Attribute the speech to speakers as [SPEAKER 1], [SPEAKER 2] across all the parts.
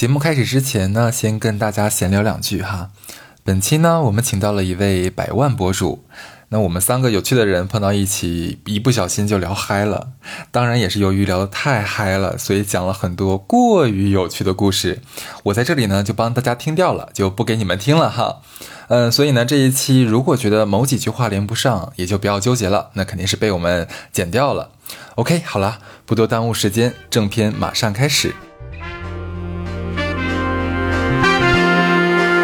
[SPEAKER 1] 节目开始之前呢，先跟大家闲聊两句哈。本期呢，我们请到了一位百万博主，那我们三个有趣的人碰到一起，一不小心就聊嗨了。当然也是由于聊得太嗨了，所以讲了很多过于有趣的故事。我在这里呢，就帮大家听掉了，就不给你们听了哈。嗯，所以呢，这一期如果觉得某几句话连不上，也就不要纠结了，那肯定是被我们剪掉了。OK，好啦，不多耽误时间，正片马上开始。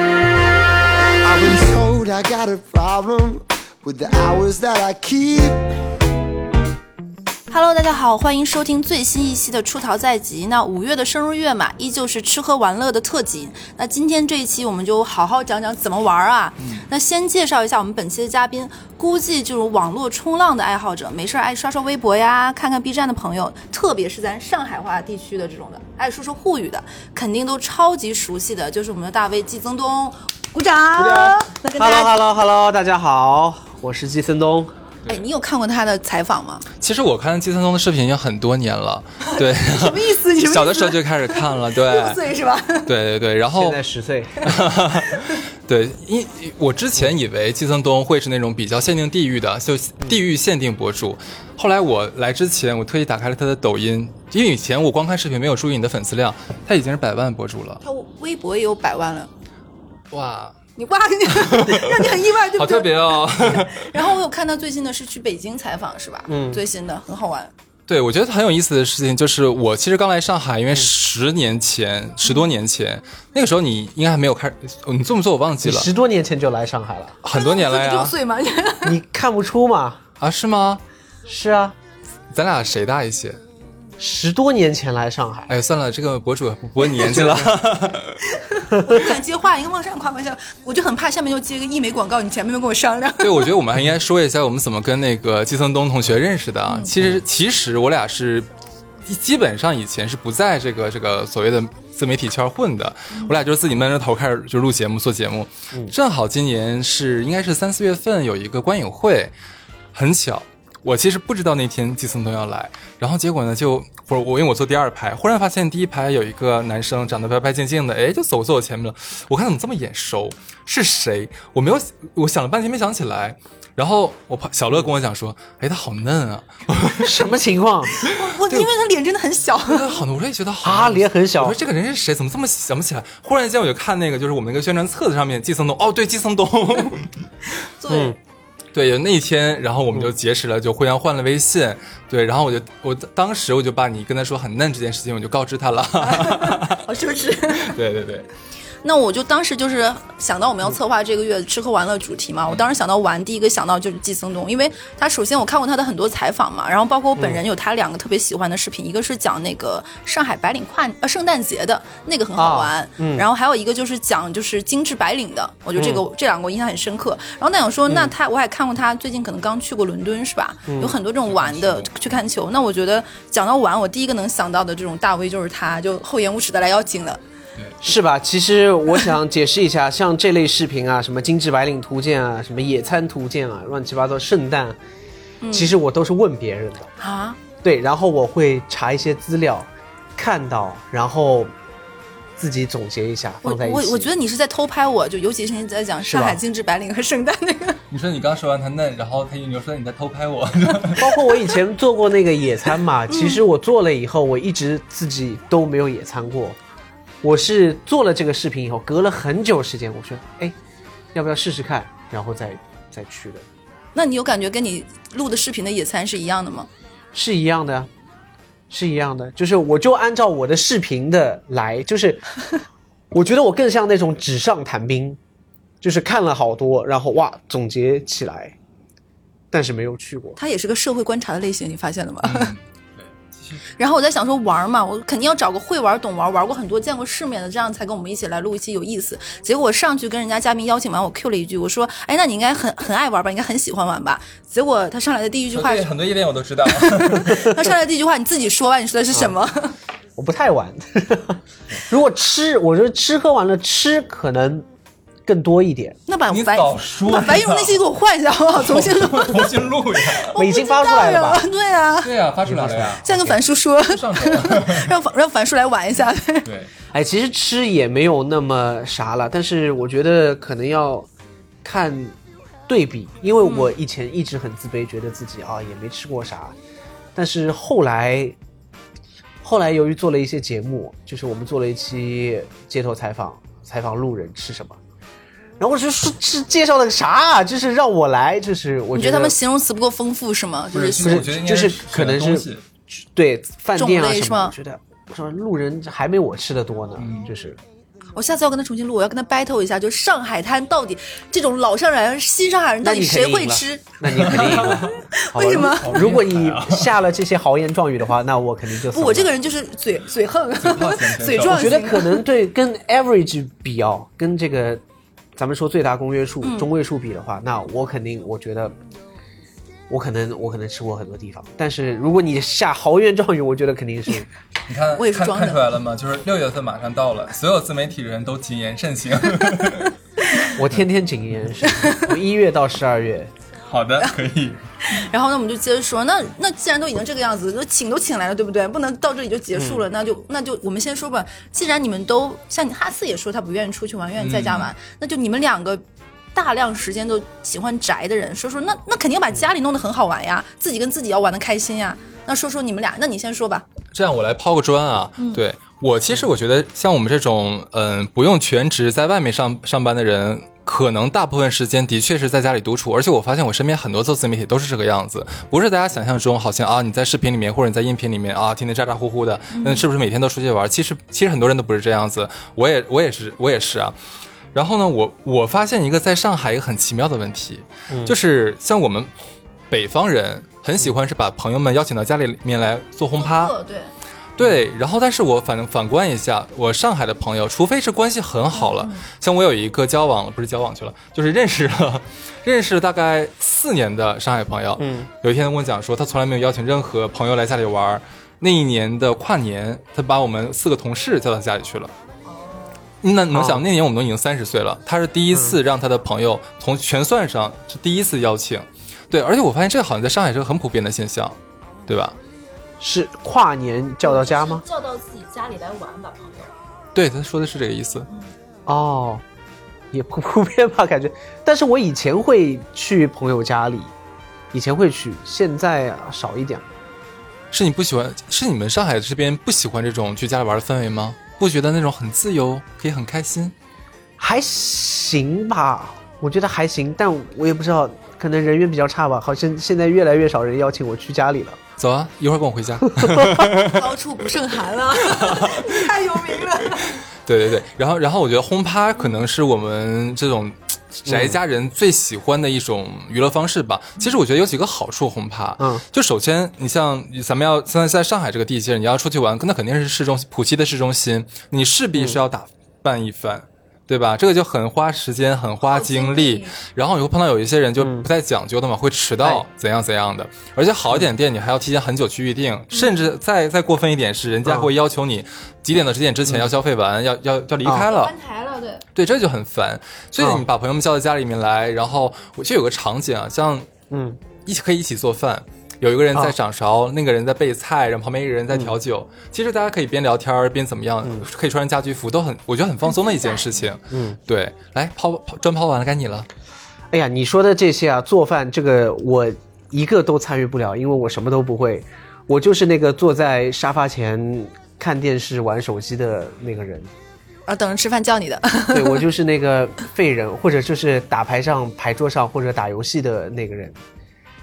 [SPEAKER 2] I've been told I got a problem with the hours that I keep.
[SPEAKER 3] Hello，大家好，欢迎收听最新一期的《出逃在即》。那五月的生日月嘛，依旧是吃喝玩乐的特辑。那今天这一期，我们就好好讲讲怎么玩啊。那先介绍一下我们本期的嘉宾，估计就是网络冲浪的爱好者，没事儿爱刷刷微博呀，看看 B 站的朋友，特别是咱上海话地区的这种的，爱说说沪语的，肯定都超级熟悉的，就是我们的大 V 季增东。鼓掌！那跟
[SPEAKER 4] h
[SPEAKER 3] 大家
[SPEAKER 4] e l l o h e l l o h e l l o 大家好，我是季森东。
[SPEAKER 3] 哎，你有看过他的采访吗？
[SPEAKER 1] 其实我看季森东的视频已经很多年了，对，什
[SPEAKER 3] 么意思 你什么意思
[SPEAKER 1] 小的时候就开始看了，对，
[SPEAKER 3] 六岁是吧？
[SPEAKER 1] 对对对，然
[SPEAKER 4] 现
[SPEAKER 1] 后
[SPEAKER 4] 在十岁，
[SPEAKER 1] 对，因我之前以为季森东会是那种比较限定地域的，就地域限定博主。后来我来之前，我特意打开了他的抖音，因为以前我光看视频没有注意你的粉丝量，他已经是百万博主了，
[SPEAKER 3] 他微博也有百万了。
[SPEAKER 1] 哇，
[SPEAKER 3] 你 哇，让你很意外，对
[SPEAKER 1] 好
[SPEAKER 3] 不对？
[SPEAKER 1] 特别哦。
[SPEAKER 3] 然后我有看到最近的是去北京采访，是吧？嗯，最新的很好玩。
[SPEAKER 1] 对，我觉得很有意思的事情就是，我其实刚来上海，因为十年前、十多年前，那个时候你应该还没有开始，哦你做没做我忘记
[SPEAKER 4] 你
[SPEAKER 1] 了，
[SPEAKER 4] 十多年前就来上海了，
[SPEAKER 1] 很多年了
[SPEAKER 3] 六
[SPEAKER 1] 呀。
[SPEAKER 3] 岁嘛，
[SPEAKER 4] 你看不出吗？
[SPEAKER 1] 啊，是吗？
[SPEAKER 4] 是啊，
[SPEAKER 1] 咱俩谁大一些？
[SPEAKER 4] 十多年前来上 海，
[SPEAKER 1] 哎，算了，这个博主不播你年纪了。
[SPEAKER 3] 不敢接话，一个往上夸，往下，我就很怕下面又接一个医美广告，你前面没跟我商量。
[SPEAKER 1] 对，我觉得我们还应该说一下我们怎么跟那个季森东同学认识的啊。其实，其实我俩是基本上以前是不在这个这个所谓的自媒体圈混的，我俩就是自己闷着头开始就录节目做节目。正好今年是应该是三四月份有一个观影会，很巧。我其实不知道那天季森东要来，然后结果呢，就我我因为我坐第二排，忽然发现第一排有一个男生长得白白净净的，哎，就走坐我前面了。我看怎么这么眼熟，是谁？我没有，我想了半天没想起来。然后我朋小乐跟我讲说，哎，他好嫩啊，
[SPEAKER 4] 什么情况？
[SPEAKER 3] 我我因为他脸真的很小，
[SPEAKER 1] 他好嫩，我也觉得好
[SPEAKER 4] 啊，
[SPEAKER 1] 嫩
[SPEAKER 4] 脸很小
[SPEAKER 1] 我说，这个人是谁？怎么这么想不起来？忽然间我就看那个，就是我们那个宣传册子上面，季森东，哦，对，季森东。
[SPEAKER 3] 对，
[SPEAKER 1] 对，有那一天，然后我们就结识了，就互相换了微信。对，然后我就我当时我就把你跟他说很嫩这件事情，我就告知他了。
[SPEAKER 3] 好奢侈。
[SPEAKER 1] 对对对，
[SPEAKER 3] 那我就当时就是想到我们要策划这个月吃喝玩乐主题嘛，我当时想到玩，第一个想到就是季森东，因为他首先我看过他的很多采访嘛，然后包括我本人有他两个特别喜欢的视频，一个是讲那个上海白领跨呃圣诞节的那个很好玩，然后还有一个就是讲就是精致白领的，我觉得这个、这两个我印象很深刻。然后那想说，那他我也看过他最近可能刚去过伦敦是吧？有很多这种玩的嗯去看球。那我觉得讲到玩，我第一个能想到的这种大 V 就是他，就厚颜无耻的来邀请了。
[SPEAKER 4] 是吧？其实我想解释一下， 像这类视频啊，什么精致白领图鉴啊，什么野餐图鉴啊，乱七八糟，圣诞，其实我都是问别人的。
[SPEAKER 3] 啊，
[SPEAKER 4] 对，然后我会查一些资料，看到，然后自己总结一下，
[SPEAKER 3] 我
[SPEAKER 4] 放在一起。
[SPEAKER 3] 我我觉得你是在偷拍我，就尤其是你在讲
[SPEAKER 4] 是
[SPEAKER 3] 上
[SPEAKER 4] 吧
[SPEAKER 3] 海精致白领和圣诞那个，
[SPEAKER 1] 你说你刚说完他嫩，然后他你就说你在偷拍我，
[SPEAKER 4] 包括我以前做过那个野餐嘛，其实我做了以后，我一直自己都没有野餐过。我是做了这个视频以后，隔了很久时间，我说，哎，要不要试试看，然后再再去的，
[SPEAKER 3] 那你有感觉跟你录的视频的野餐是一样的吗？
[SPEAKER 4] 是一样的啊，是一样的，就是我就按照我的视频的来，就是我觉得我更像那种纸上谈兵，就是看了好多，然后哇总结起来，但是没有去过。
[SPEAKER 3] 他也是个社会观察的类型，你发现了吗？
[SPEAKER 4] 嗯
[SPEAKER 3] 然后我在想说玩嘛，我肯定要找个会玩、懂玩、玩过很多、见过世面的，这样才跟我们一起来录一期有意思。结果我上去跟人家嘉宾邀请完，我 Q 了一句，我说：“哎，那你应该很很爱玩吧？应该很喜欢玩吧？”结果他上来的第一句话，
[SPEAKER 1] 对，很多夜店我都知 道。
[SPEAKER 3] 他上来的第一句话，你自己说吧，你说的是什 么？
[SPEAKER 4] 我不太玩。 如果吃，我觉得吃喝玩乐吃可能更多一点。
[SPEAKER 3] 那把
[SPEAKER 1] 你
[SPEAKER 3] 白
[SPEAKER 1] 早说
[SPEAKER 3] 把
[SPEAKER 1] 呀
[SPEAKER 3] 白玉那期给我换一下好不好？重新录。
[SPEAKER 1] 重新录呀。
[SPEAKER 4] 我已经发出来了吧？
[SPEAKER 3] 对啊，
[SPEAKER 1] 对呀、发出来了呀。
[SPEAKER 3] 再跟樊叔说，
[SPEAKER 1] 上手了。
[SPEAKER 3] 让樊让樊叔来玩一下。
[SPEAKER 1] 对，
[SPEAKER 4] 哎，其实吃也没有那么啥了，但是我觉得可能要看对比，因为我以前一直很自卑，觉得自己啊也没吃过啥，但是后来。后来由于做了一些节目，就是我们做了一期街头采访，采访路人吃什么，然后我就说是介绍的啥、啊，就是让我来，就是我
[SPEAKER 3] 你
[SPEAKER 4] 觉
[SPEAKER 3] 觉得他们形容词不够丰富是吗？就是
[SPEAKER 4] 是
[SPEAKER 1] 其实我觉得应该
[SPEAKER 4] 就是
[SPEAKER 1] 选
[SPEAKER 4] 可能是
[SPEAKER 1] 东西
[SPEAKER 4] 对饭店啊
[SPEAKER 3] 种类
[SPEAKER 4] 什
[SPEAKER 3] 是
[SPEAKER 4] 么的，
[SPEAKER 3] 吗
[SPEAKER 4] 我觉得我说路人还没我吃的多呢，就是
[SPEAKER 3] 我下次要跟他重新录，我要跟他 battle 一下，就上海滩到底这种老上海人、新上海人到底
[SPEAKER 4] 那你肯定
[SPEAKER 3] 谁会
[SPEAKER 4] 赢了
[SPEAKER 3] 吃？
[SPEAKER 4] 那你肯定 赢了好吧
[SPEAKER 3] 为什么
[SPEAKER 4] 如如果你下了这些豪言壮语的话，那我肯定就
[SPEAKER 3] 不，我这个人就是嘴嘴横
[SPEAKER 1] 炮型选，手
[SPEAKER 3] 嘴
[SPEAKER 4] 我
[SPEAKER 3] 壮
[SPEAKER 4] 觉得
[SPEAKER 3] 型
[SPEAKER 4] 可能对跟 average 比哦，跟这个咱们说最大公约数、
[SPEAKER 3] 嗯
[SPEAKER 4] 中位数比的话，那我肯定我觉得。我可能我可能吃过很多地方，但是如果你下豪言壮语，我觉得肯定是
[SPEAKER 1] 你看，
[SPEAKER 3] 我也是
[SPEAKER 1] 看
[SPEAKER 3] 装
[SPEAKER 1] 看
[SPEAKER 3] 的
[SPEAKER 1] 出来了吗？就是六月份马上到了，所有自媒体人都谨言慎行。
[SPEAKER 4] 我天天谨言慎行，我一月到十二月
[SPEAKER 1] 好的，可以。
[SPEAKER 3] 然后呢，我们就接着说，那那既然都已经这个样子，那请都请来了，对不对？不能到这里就结束了，那就那就我们先说吧。既然你们都像你哈斯也说他不愿意出去玩，愿意在家玩，那就你们两个大量时间都喜欢宅的人，说说那那肯定要把家里弄得很好玩呀，自己跟自己要玩的开心呀。那说说你们俩，那你先说吧。
[SPEAKER 1] 这样我来抛个砖啊，对我其实我觉得像我们这种嗯、不用全职在外面上上班的人。可能大部分时间的确是在家里独处，而且我发现我身边很多做自媒体都是这个样子，不是大家想象中好像啊你在视频里面或者你在音频里面啊天天咋咋呼呼的，那是不是每天都出去玩？其实其实很多人都不是这样子，我也我也是我也是啊。然后呢，我我发现一个在上海一个很奇妙的问题，就是像我们北方人很喜欢是把朋友们邀请到家里面来做轰
[SPEAKER 4] 啊
[SPEAKER 1] 趴，
[SPEAKER 3] 哦对，
[SPEAKER 1] 对，然后但是我反反观一下，我上海的朋友，除非是关系很好了，像我有一个交往不是交往去了，就是认识了， 认识了大概四年的上海朋友，嗯，有一天跟我讲说，他从来没有邀请任何朋友来家里玩儿，那一年的跨年，他把我们四个同事叫到家里去了。那能
[SPEAKER 4] 哦
[SPEAKER 1] 想，那年我们都已经三十岁了，他是第一次让他的朋友从全算上是第一次邀请，对，而且我发现这个好像在上海是个很普遍的现象，对吧？
[SPEAKER 4] 是跨年叫到家吗？
[SPEAKER 3] 叫到自己家里来玩吧，朋友。
[SPEAKER 1] 对，他说的是这个意思。
[SPEAKER 4] 哦，也不普遍吧，感觉。但是我以前会去朋友家里，以前会去，现在啊少一点。
[SPEAKER 1] 是你不喜欢，是你们上海这边不喜欢这种去家里玩的氛围吗？不觉得那种很自由，可以很开心？
[SPEAKER 4] 还行吧，我觉得还行，但我也不知道，可能人缘比较差吧。好像现在越来越少人邀请我去家里了。
[SPEAKER 1] 走啊，一会儿跟我回 家。
[SPEAKER 3] 高处不胜寒 了，你太有名了。
[SPEAKER 1] 对对对，然后然后我觉得轰趴可能是我们这种嘖宅家人最喜欢的一种娱乐方式吧。其实我觉得有几个好处，轰趴，
[SPEAKER 4] 嗯，
[SPEAKER 1] 就首先你像咱们要现在在上海这个地界，你要出去玩，那肯定是市中浦西的市中心，你势必是要打扮一番。对吧？这个就很花时间，很花精力，然后你会碰到有一些人就不太讲究的嘛，会迟到
[SPEAKER 4] 嗯哎
[SPEAKER 1] 怎样怎样的。而且好一点店，你还要提前很久去预定，甚至再再过分一点是，人家
[SPEAKER 4] 嗯
[SPEAKER 1] 会要求你几点到几点之前要消费完，要要要离开了。
[SPEAKER 4] 嗯
[SPEAKER 3] 台了，对。
[SPEAKER 1] 对，这就很烦。所以
[SPEAKER 4] 哦
[SPEAKER 1] 你把朋友们叫到家里面来，然后我就有个场景啊，像
[SPEAKER 4] 嗯，
[SPEAKER 1] 一起可以一起做饭，有一个人在
[SPEAKER 4] 啊
[SPEAKER 1] 掌勺，那个人在备菜，然后旁边一个人在调酒。
[SPEAKER 4] 嗯
[SPEAKER 1] 其实大家可以边聊天儿边怎么样，可以穿上家居服，都很我觉得很放松的一件事情。
[SPEAKER 4] 嗯，
[SPEAKER 1] 对，来抛抛砖抛完了，该你了。
[SPEAKER 4] 哎呀，你说的这些啊，做饭这个我一个都参与不了，因为我什么都不会，我就是那个坐在沙发前看电视玩手机的那个人。
[SPEAKER 3] 啊，等着吃饭叫你的。 啊
[SPEAKER 4] 对我就是那个废人，或者就是打牌上牌桌上或者打游戏的那个人。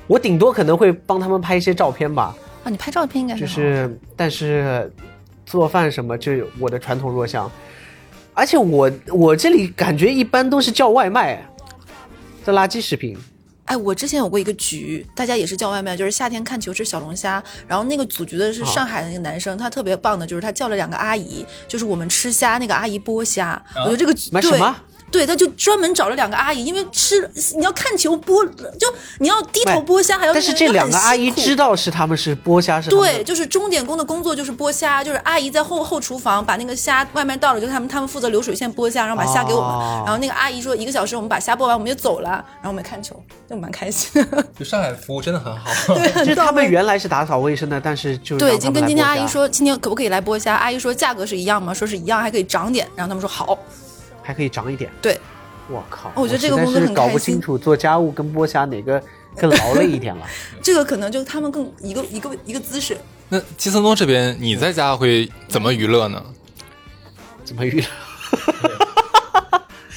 [SPEAKER 4] 我顶多可能会帮他们拍一些照片吧，
[SPEAKER 3] 啊，你拍照片应该
[SPEAKER 4] 就
[SPEAKER 3] 很好
[SPEAKER 4] 是但是做饭什么，就是我的传统弱项。而且我我这里感觉一般都是叫外卖，这垃圾食品。
[SPEAKER 3] 哎，我之前有过一个局，大家也是叫外卖，就是夏天看球吃小龙虾。然后那个组局的
[SPEAKER 4] 啊
[SPEAKER 3] 是上海的那个男生，他特别棒的，就是他叫了两个阿姨，就是我们吃虾，那个阿姨剥虾。我觉得这个局
[SPEAKER 4] 啊买什
[SPEAKER 3] 对
[SPEAKER 4] 么
[SPEAKER 3] 对，他就专门找了两个阿姨，因为吃你要看球剥，就你要低头剥虾，还要
[SPEAKER 4] 但是这两个阿姨知
[SPEAKER 3] 道。
[SPEAKER 4] 道是他们是剥虾是他们的
[SPEAKER 3] 对，就是钟点工的工作就是剥虾，就是阿姨在后后厨房把那个虾外面倒了，就是他们他们负责流水线剥虾，然后把虾给我们。
[SPEAKER 4] 哦
[SPEAKER 3] 然后那个阿姨说一个小时我们把虾剥完我们就走了，然后我们看球，就蛮开心的。
[SPEAKER 1] 就上海的服务真的很好。
[SPEAKER 3] 对，
[SPEAKER 4] 就是
[SPEAKER 3] 很
[SPEAKER 4] 他
[SPEAKER 3] 到
[SPEAKER 4] 们
[SPEAKER 3] 位。
[SPEAKER 4] 原来是打扫卫生的，但是就
[SPEAKER 3] 对，
[SPEAKER 4] 让
[SPEAKER 3] 已经
[SPEAKER 4] 他
[SPEAKER 3] 跟
[SPEAKER 4] 们来
[SPEAKER 3] 今天
[SPEAKER 4] 剥
[SPEAKER 3] 阿
[SPEAKER 4] 虾
[SPEAKER 3] 姨，说，今天可不可以来剥虾？阿姨说价格是一样吗？说是一样，还可以涨点。然后他们说好。
[SPEAKER 4] 还可以长一点。
[SPEAKER 3] 对，
[SPEAKER 4] 我靠，
[SPEAKER 3] 哦我觉得这个
[SPEAKER 4] 实在
[SPEAKER 3] 工作
[SPEAKER 4] 是
[SPEAKER 3] 很
[SPEAKER 4] 搞不
[SPEAKER 3] 开心
[SPEAKER 4] 清楚做家务跟剥虾哪个更劳累一 点了。
[SPEAKER 3] 这个可能就他们更一个一个一个姿势。
[SPEAKER 1] 那季森东这边，你在家会怎么娱乐呢？
[SPEAKER 4] 怎么娱乐？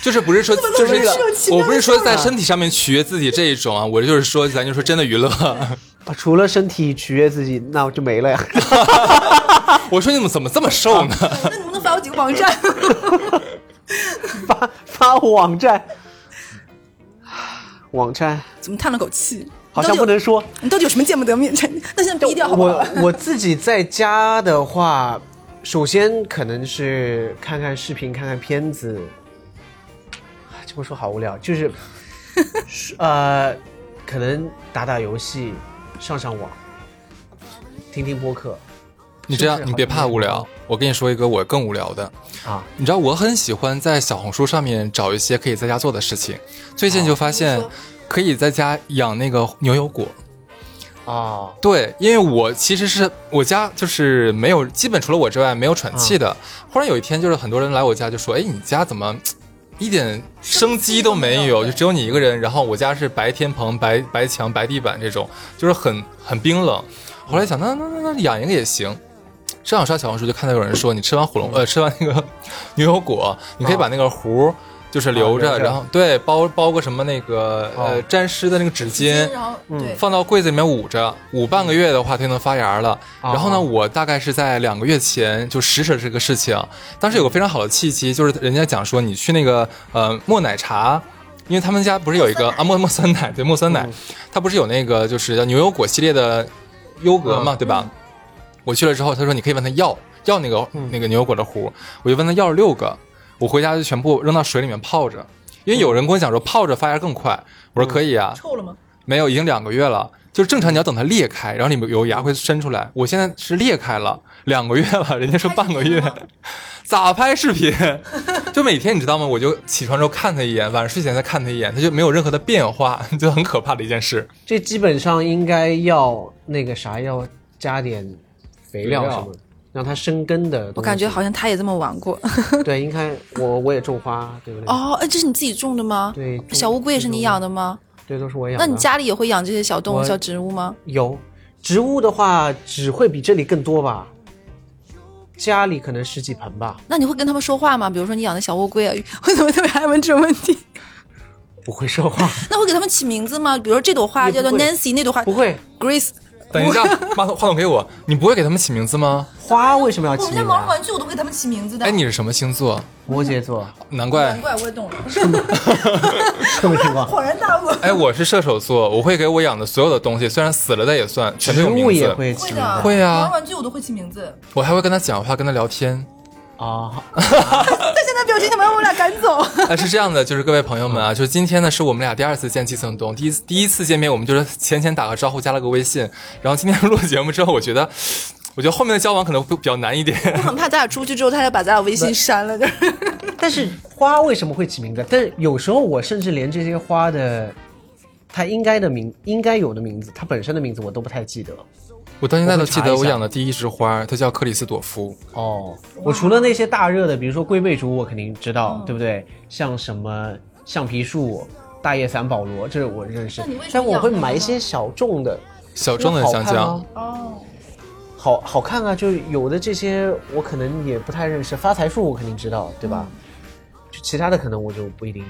[SPEAKER 1] 就是不是说，就是
[SPEAKER 3] 这种奇妙
[SPEAKER 1] 我
[SPEAKER 3] 的
[SPEAKER 1] 不是说在身体上面取悦自己这一种啊，我就是说，咱就说真的娱乐。
[SPEAKER 4] 啊除了身体取悦自己，那我就没了呀。
[SPEAKER 1] 我说你们怎么这么瘦呢？
[SPEAKER 4] 啊
[SPEAKER 3] 哦那能不能发我几个网 站？
[SPEAKER 4] 发发网站，网站
[SPEAKER 3] 怎么叹了口气？
[SPEAKER 4] 好像不能说。
[SPEAKER 3] 你到底有什么见不得面？ 那现在逼掉好不好
[SPEAKER 4] 我？我自己在家的话，首先可能是看看视频，看看片子。啊这么说好无聊，就是 是呃，可能打打游戏，上上网，听听播客
[SPEAKER 1] 你这样
[SPEAKER 4] 是，不是
[SPEAKER 1] 你别怕无聊。我跟你说一个我更无聊的，
[SPEAKER 4] 啊。
[SPEAKER 1] 你知道我很喜欢在小红书上面找一些可以在家做的事情。最
[SPEAKER 4] 哦
[SPEAKER 1] 近就发现可以在家养那个牛油果。
[SPEAKER 4] 哦，
[SPEAKER 1] 对，因为我其实是我家就是没有，基本除了我之外没有喘气的。忽然有一天，就是很多人来我家就说：“哎，你家怎么嘖一点生机都没
[SPEAKER 3] 生机都
[SPEAKER 1] 有？
[SPEAKER 3] 没有
[SPEAKER 1] 就只有你一个人。”然后我家是白天棚、白白墙、白地板这种，就是很很冰冷。后来想，那那那那养一个也行。正想刷小红书，就看到有人说，你吃完火龙呃吃完那个 牛油果，你可以把那个核儿就是留着，
[SPEAKER 4] 啊留着
[SPEAKER 1] 然后对包包个什么那个、呃
[SPEAKER 4] 哦
[SPEAKER 1] 沾湿的那个纸巾，
[SPEAKER 3] 然后
[SPEAKER 4] 嗯
[SPEAKER 3] 对。
[SPEAKER 1] 放到柜子里面捂着，捂半个月的话，它就能发芽了。
[SPEAKER 4] 哦
[SPEAKER 1] 然后呢，我大概是在两个月前就实施了这个事情。当时有个非常好的契机，就是人家讲说，你去那个呃莫奶茶，因为他们家不是有一个啊莫莫酸奶，对莫酸奶，它不是有那个就是叫牛油果系列的优格嘛，对吧？我去了之后，他说你可以问他要要那个那个牛油果的核，我就问他要了六个，我回家就全部扔到水里面泡着。因为有人跟我讲说泡着发芽更快，我说可以啊，
[SPEAKER 3] 臭了吗？
[SPEAKER 1] 没有，已经两个月了。就是正常你要等它裂开，然后里面有牙会伸出来。我现在是裂开了，两个月了，人家说半个月，咋拍视频？就每天你知道吗？我就起床之后看它一眼，晚上睡前再看它一眼，它就没有任何的变化， 就很可怕的一件事。
[SPEAKER 4] 这基本上应该要那个啥，要加点肥料
[SPEAKER 1] 肥
[SPEAKER 4] 什
[SPEAKER 1] 料
[SPEAKER 4] 么的，让它生根的东西。
[SPEAKER 3] 我感觉好像他也这么玩过。
[SPEAKER 4] 对，应该我我也种花，对不对？
[SPEAKER 3] 哦，哎，这是你自己种的吗？
[SPEAKER 4] 对种
[SPEAKER 3] 小乌龟也是你养的吗？
[SPEAKER 4] 对，都是我养的。
[SPEAKER 3] 那你家里也会养这些小动物、
[SPEAKER 4] 我
[SPEAKER 3] 小植物吗？
[SPEAKER 4] 有植物的话，只会比这里更多吧？家里可能十几盆吧，
[SPEAKER 3] 那你会跟他们说话吗？比如说你养的小乌龟啊， 我怎么特别爱问这种问题？
[SPEAKER 4] 不会 说话，
[SPEAKER 3] 那会给他们起名字吗？比如说这朵花
[SPEAKER 4] 也不
[SPEAKER 3] 叫
[SPEAKER 4] 会
[SPEAKER 3] 做 Nancy，那朵花
[SPEAKER 4] 不会。
[SPEAKER 3] Grace。
[SPEAKER 1] 等一下，话筒话筒给我，你不会给他们起名字吗？
[SPEAKER 4] 花为什么要起名字啊？
[SPEAKER 3] 玩具我 都给他们起名字的
[SPEAKER 1] 哎，你是什么星座？
[SPEAKER 4] 摩羯座，
[SPEAKER 1] 难怪。
[SPEAKER 3] 怪我也懂了，
[SPEAKER 4] 这么情况。
[SPEAKER 3] 恍然大悟。
[SPEAKER 1] 哎，我是射手座，我会给我养的所有的东西，虽然死了的也算，全都
[SPEAKER 4] 植
[SPEAKER 1] 有名
[SPEAKER 4] 物也
[SPEAKER 1] 字。
[SPEAKER 4] 会起名字啊
[SPEAKER 1] 会啊玩
[SPEAKER 3] 玩具我都会起名字。
[SPEAKER 1] 我还会跟他讲话，跟他聊天。？
[SPEAKER 4] 哦
[SPEAKER 3] 他现在表情想把我俩赶走。
[SPEAKER 1] 啊，是这样的，就是各位朋友们啊，就是今天呢是我们俩第二次见季承东，第一次第一次见面我们就是浅浅打个招呼，加了个微信，然后今天 录节目之后，我觉得，我觉得后面的交往可能会比较难一点。
[SPEAKER 3] 我很怕咱俩出去之后，他就把咱俩微信删了。就是
[SPEAKER 4] 但是花为什么会起名字？但是有时候我甚至连这些花的，它应该的名、应该有的名字，它本身的名字我都不太记得。
[SPEAKER 1] 我到现在都记
[SPEAKER 4] 我会查
[SPEAKER 1] 得
[SPEAKER 4] 一下
[SPEAKER 1] 我养的第一枝花，它叫克里斯朵夫，
[SPEAKER 4] 哦，我除了那些大热的，比如说龟背竹，我肯定知
[SPEAKER 3] 嗯
[SPEAKER 4] 道，对不对？像什么橡皮树、大叶伞保罗，这是我认识
[SPEAKER 3] 那你为什么。
[SPEAKER 4] 但我
[SPEAKER 3] 养
[SPEAKER 4] 会
[SPEAKER 3] 它
[SPEAKER 4] 买一
[SPEAKER 3] 呢
[SPEAKER 4] 些小众的，
[SPEAKER 1] 小众的
[SPEAKER 4] 好
[SPEAKER 1] 香
[SPEAKER 4] 看
[SPEAKER 1] 蕉
[SPEAKER 4] 啊。，
[SPEAKER 3] 哦，
[SPEAKER 4] 好好看啊！就是有的这些我可能也不太认识，发财树我肯定知道，对吧？就其他的可能我就不一定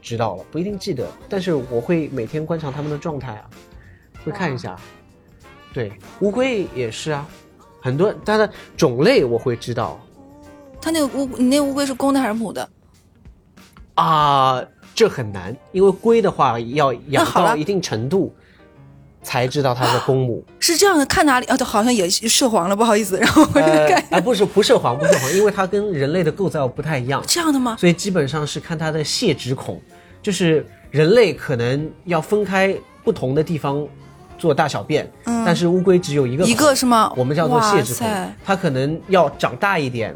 [SPEAKER 4] 知道了，不一定记得，但是我会每天观察它们的状态啊，会看一下。对，乌龟也是啊，很多它的种类我会知道，
[SPEAKER 3] 他那个乌，你那乌龟是公的还是母的？
[SPEAKER 4] 啊，这很难，因为龟的话要
[SPEAKER 3] 那
[SPEAKER 4] 养
[SPEAKER 3] 好
[SPEAKER 4] 到
[SPEAKER 3] 了
[SPEAKER 4] 一定程度，才知道她是公 母。
[SPEAKER 3] 是这样的，看哪里啊？对，好像也涉黄了，不好意思，然后我就
[SPEAKER 4] 呃
[SPEAKER 3] 看、，
[SPEAKER 4] 啊，不是不涉黄，不涉黄，因为它跟人类的构造不太一样，
[SPEAKER 3] 这样的吗？
[SPEAKER 4] 所以基本上是看它的泄殖孔，就是人类可能要分开不同的地方做大小便，但是乌龟只有一个
[SPEAKER 3] 嗯一
[SPEAKER 4] 孔
[SPEAKER 3] 个是吗？
[SPEAKER 4] 我们叫做泄殖
[SPEAKER 3] 哇
[SPEAKER 4] 孔
[SPEAKER 3] 塞，
[SPEAKER 4] 它可能要长大一点，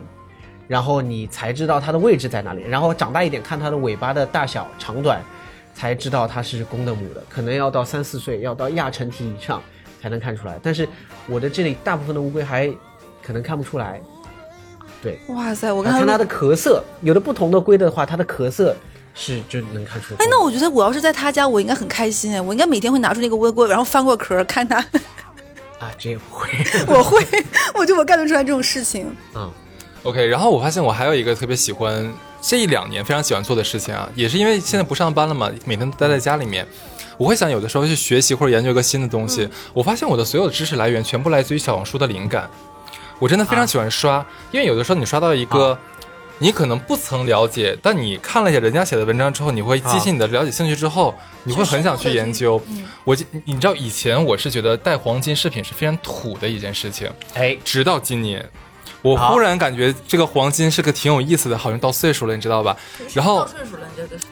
[SPEAKER 4] 然后你才知道它的位置在哪里，然后长大一点看它的尾巴的大小长短，才知道它是公的母的，可能要到三四岁，要到亚成体以上才能看出来。但是我的这里大部分的乌龟还可能看不出来，对，
[SPEAKER 3] 哇塞！我
[SPEAKER 4] 我
[SPEAKER 3] 刚
[SPEAKER 4] 看
[SPEAKER 3] 才
[SPEAKER 4] 它啊的壳色，有的不同的龟的话，它的壳色是就能看出。
[SPEAKER 3] 哎，那我觉得我要是在他家，我应该很开心哎，我应该每天会拿出那个窝锅，然后翻过壳看他，
[SPEAKER 4] 啊，这也不 会
[SPEAKER 3] 我会，我就我干得出来这种事情。
[SPEAKER 4] 啊，
[SPEAKER 1] OK，然后我发现我还有一个特别喜欢这一两年非常喜欢做的事情啊，也是因为现在不上班了嘛，每天待在家里面，我会想有的时候去学习或者研究一个新的东西。我发现我的所有的知识来源全部来自于小红书的灵感，我真的非常喜欢刷，因为有的时候你刷到一个。你可能不曾了解，但你看了一下人家写的文章之后，你会激起你的了解兴趣之后，你会很想去研究。我记你知道以前我是觉得带黄金饰品是非常土的一件事情，
[SPEAKER 4] 哎，
[SPEAKER 1] 直到今年，我忽然感觉这个黄金是个挺有意思的，好像到岁数了，你知道吧？然后，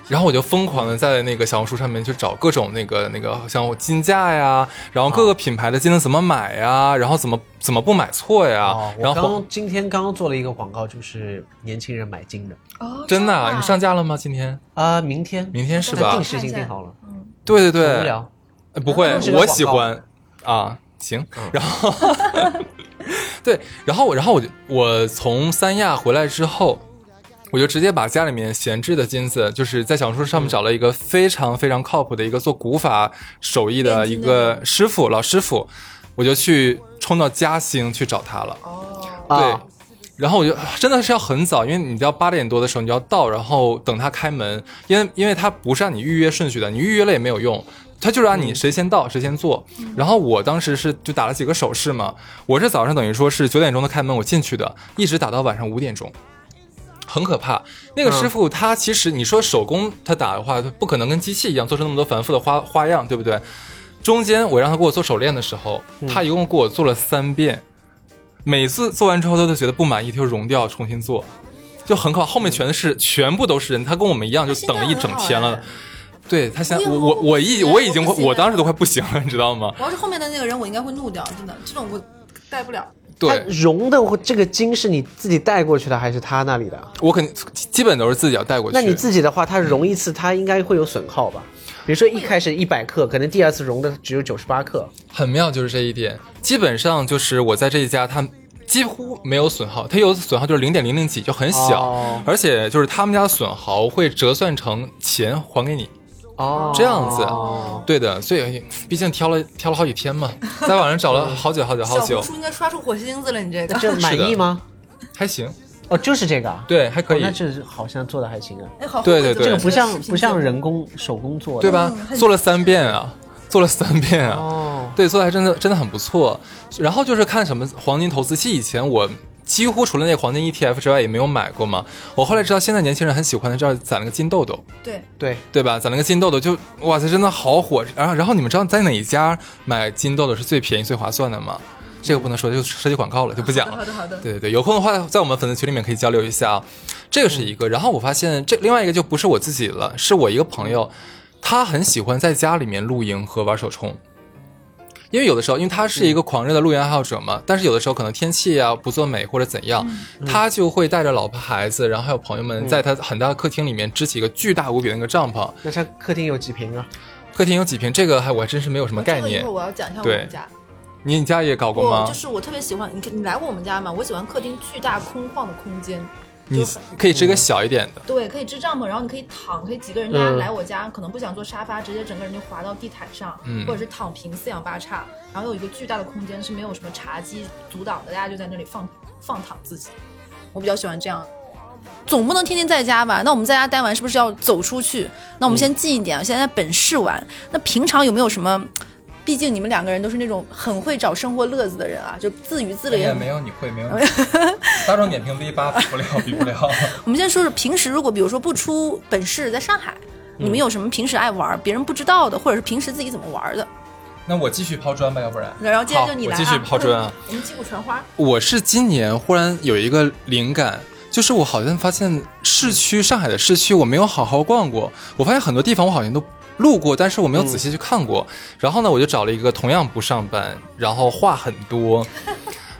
[SPEAKER 1] 然后我就疯狂的在那个小红书上面去找各种那个那个像金价呀，然后各个品牌的金子怎么买呀，然后怎么怎么不买错呀
[SPEAKER 4] 哦，，我
[SPEAKER 1] 然
[SPEAKER 4] 刚
[SPEAKER 1] 后
[SPEAKER 4] 刚今天刚刚做了一个广告，就是年轻人买金的
[SPEAKER 3] 哦，
[SPEAKER 1] 真的啊，你上架了吗？今天？
[SPEAKER 4] 啊、明天
[SPEAKER 1] 明天是
[SPEAKER 4] 但
[SPEAKER 1] 吧
[SPEAKER 4] 定？时已经定好了，
[SPEAKER 1] 对对
[SPEAKER 4] 无
[SPEAKER 1] 对，
[SPEAKER 4] 聊
[SPEAKER 1] 呃不会
[SPEAKER 4] 那是，个
[SPEAKER 1] 我
[SPEAKER 4] 广
[SPEAKER 1] 喜
[SPEAKER 4] 告嗯
[SPEAKER 1] 欢啊，行，然后 对，然后我然后我就我从三亚回来之后。我就直接把家里面闲置的金子，就是在小红书上
[SPEAKER 4] 嗯
[SPEAKER 1] 面找了一个非常非常靠谱的一个做古法手艺的一个师傅老师傅，我就去冲到嘉兴去找他了。
[SPEAKER 4] 啊，
[SPEAKER 1] 对，然后我就啊真的是要很早，因为你知道八点多的时候你就要到，然后等他开门，因为因为他不是按你预约顺序的，你预约了也没有用。他就是按你谁先到谁先做，然后我当时是就打了几个手势嘛，我是早上等于说是九点钟的开门，我进去的，一直打到晚上五点钟，很可怕。那个师傅他其实你说手工他打的话，不可能跟机器一样做出那么多繁复的花花样，对不对？中间我让他给我做手链的时候，
[SPEAKER 4] 嗯
[SPEAKER 1] 他一共给我做了三遍，每次做完之后他都觉得不满意，他就融掉重新做，就很可怕。后面全是全部都是人，他跟我们一样就等了一整天
[SPEAKER 4] 啊
[SPEAKER 1] 了。对他现在，
[SPEAKER 3] 哎呦
[SPEAKER 1] 我我我已我已经
[SPEAKER 3] 我
[SPEAKER 1] 快
[SPEAKER 3] 不，信
[SPEAKER 1] 我当时都快不行了，你知道吗？
[SPEAKER 3] 我要是后面的那个人，我应该会怒掉，真的，这种我带不了。
[SPEAKER 1] 对
[SPEAKER 4] 它，融的这个金是你自己带过去的，还是他那里的？
[SPEAKER 1] 我肯定基本都是自己要带过去。
[SPEAKER 4] 那你自己的话，它融一次，它应该会有损耗吧？比如说一开始一百克，可能第二次融的只有九十八克，
[SPEAKER 1] 很妙就是这一点，基本上就是我在这一家，它几乎没有损耗，它有损耗就是零点零零几，就很小，
[SPEAKER 4] 哦
[SPEAKER 1] 而且就是他们家的损耗会折算成钱还给你，
[SPEAKER 4] 哦，
[SPEAKER 1] 这样子
[SPEAKER 4] 哦
[SPEAKER 1] 对的，所以毕竟挑了挑了好几天嘛，在网上找了好久好久好久，
[SPEAKER 3] 应该刷出火星子了，你这个
[SPEAKER 4] 这满意吗？
[SPEAKER 1] 还行，
[SPEAKER 4] 哦，就是这个啊，
[SPEAKER 1] 对，还可以
[SPEAKER 4] 哦那，这好像做的还行啊，
[SPEAKER 3] 哎，好
[SPEAKER 1] 对对对
[SPEAKER 4] 这个不像不像人工手工做的，
[SPEAKER 1] 对？吧？做了三遍啊，做了三遍啊，
[SPEAKER 4] 哦，
[SPEAKER 1] 对，做的还真的真的很不错。然后就是看什么黄金投资，其实以前我几乎除了那个黄金 ETF 之外也没有买过嘛。我后来知道，现在年轻人很喜欢的，这攒了个金豆豆，
[SPEAKER 3] 对，
[SPEAKER 4] 对，
[SPEAKER 1] 对吧？攒了个金豆豆就，哇塞，真的好火。然后然后你们知道在哪一家买金豆豆是最便宜最划算的吗？这个不能说，就涉及广告了，就不讲了。
[SPEAKER 3] 的好的，
[SPEAKER 1] 对对对，有空的话，在我们粉丝群里面可以交流一下啊。这个是一个，然后我发现这另外一个就不是我自己了，是我一个朋友，他很喜欢在家里面露营和玩手冲。因为有的时候，因为他是一个狂热的露营爱好者嘛，但是有的时候可能天气啊不作美或者怎样，
[SPEAKER 3] 嗯
[SPEAKER 1] 他就会带着老婆孩子，然后还有朋友们，在他很大的客厅里面支起一个巨大无比的那个帐篷。
[SPEAKER 4] 那它客厅有几平啊？
[SPEAKER 1] 客厅有几平？这个还我还真是没有什么概
[SPEAKER 3] 这个一
[SPEAKER 1] 念
[SPEAKER 3] 会儿。我要讲一下我
[SPEAKER 1] 对
[SPEAKER 3] 们家。
[SPEAKER 1] 你你家也搞过
[SPEAKER 3] 我
[SPEAKER 1] 吗？
[SPEAKER 3] 就是我特别喜欢你，你来过我们家吗？我喜欢客厅巨大空旷的空间，
[SPEAKER 1] 你可以支
[SPEAKER 3] 嗯
[SPEAKER 1] 个小一点的。
[SPEAKER 3] 对，可以支帐篷，然后你可以躺，可以几个人，大家
[SPEAKER 4] 嗯
[SPEAKER 3] 来我家、可能不想坐沙发，直接整个人就滑到地毯上，
[SPEAKER 1] 嗯
[SPEAKER 3] 或者是躺平四仰八叉，然后有一个巨大的空间是没有什么茶几阻挡的，大家就在那里放放躺自己。我比较喜欢这样。总不能天天在家吧？那我们在家待完，是不是要走出去？那
[SPEAKER 1] 嗯
[SPEAKER 3] 我们先近一点，现在在本市玩。那平常有没有什么？毕竟你们两个人都是那种很会找生活乐子的人啊，就自娱自乐也很
[SPEAKER 1] 有你哎会，没 有大众点评 V 八比不了，比不了。
[SPEAKER 3] 我们先说说平时，如果比如说不出
[SPEAKER 1] 嗯
[SPEAKER 3] 本市，在上海，你们有什么平时爱玩、别人不知道的，或者是平时自己怎么玩的？
[SPEAKER 1] 那我继续抛砖吧，要不然。
[SPEAKER 3] 然后接着就你
[SPEAKER 1] 好我
[SPEAKER 3] 来、啊，
[SPEAKER 1] 继 续抛砖啊。
[SPEAKER 3] 我们击鼓传花。
[SPEAKER 1] 我是今年忽然有一个灵感，就是我好像发现市区上海的市区我没有好好逛过，我发现很多地方我好像都路过，但是我没有仔细去看过。然后呢，我就找了一个同样不上班，然后话很多，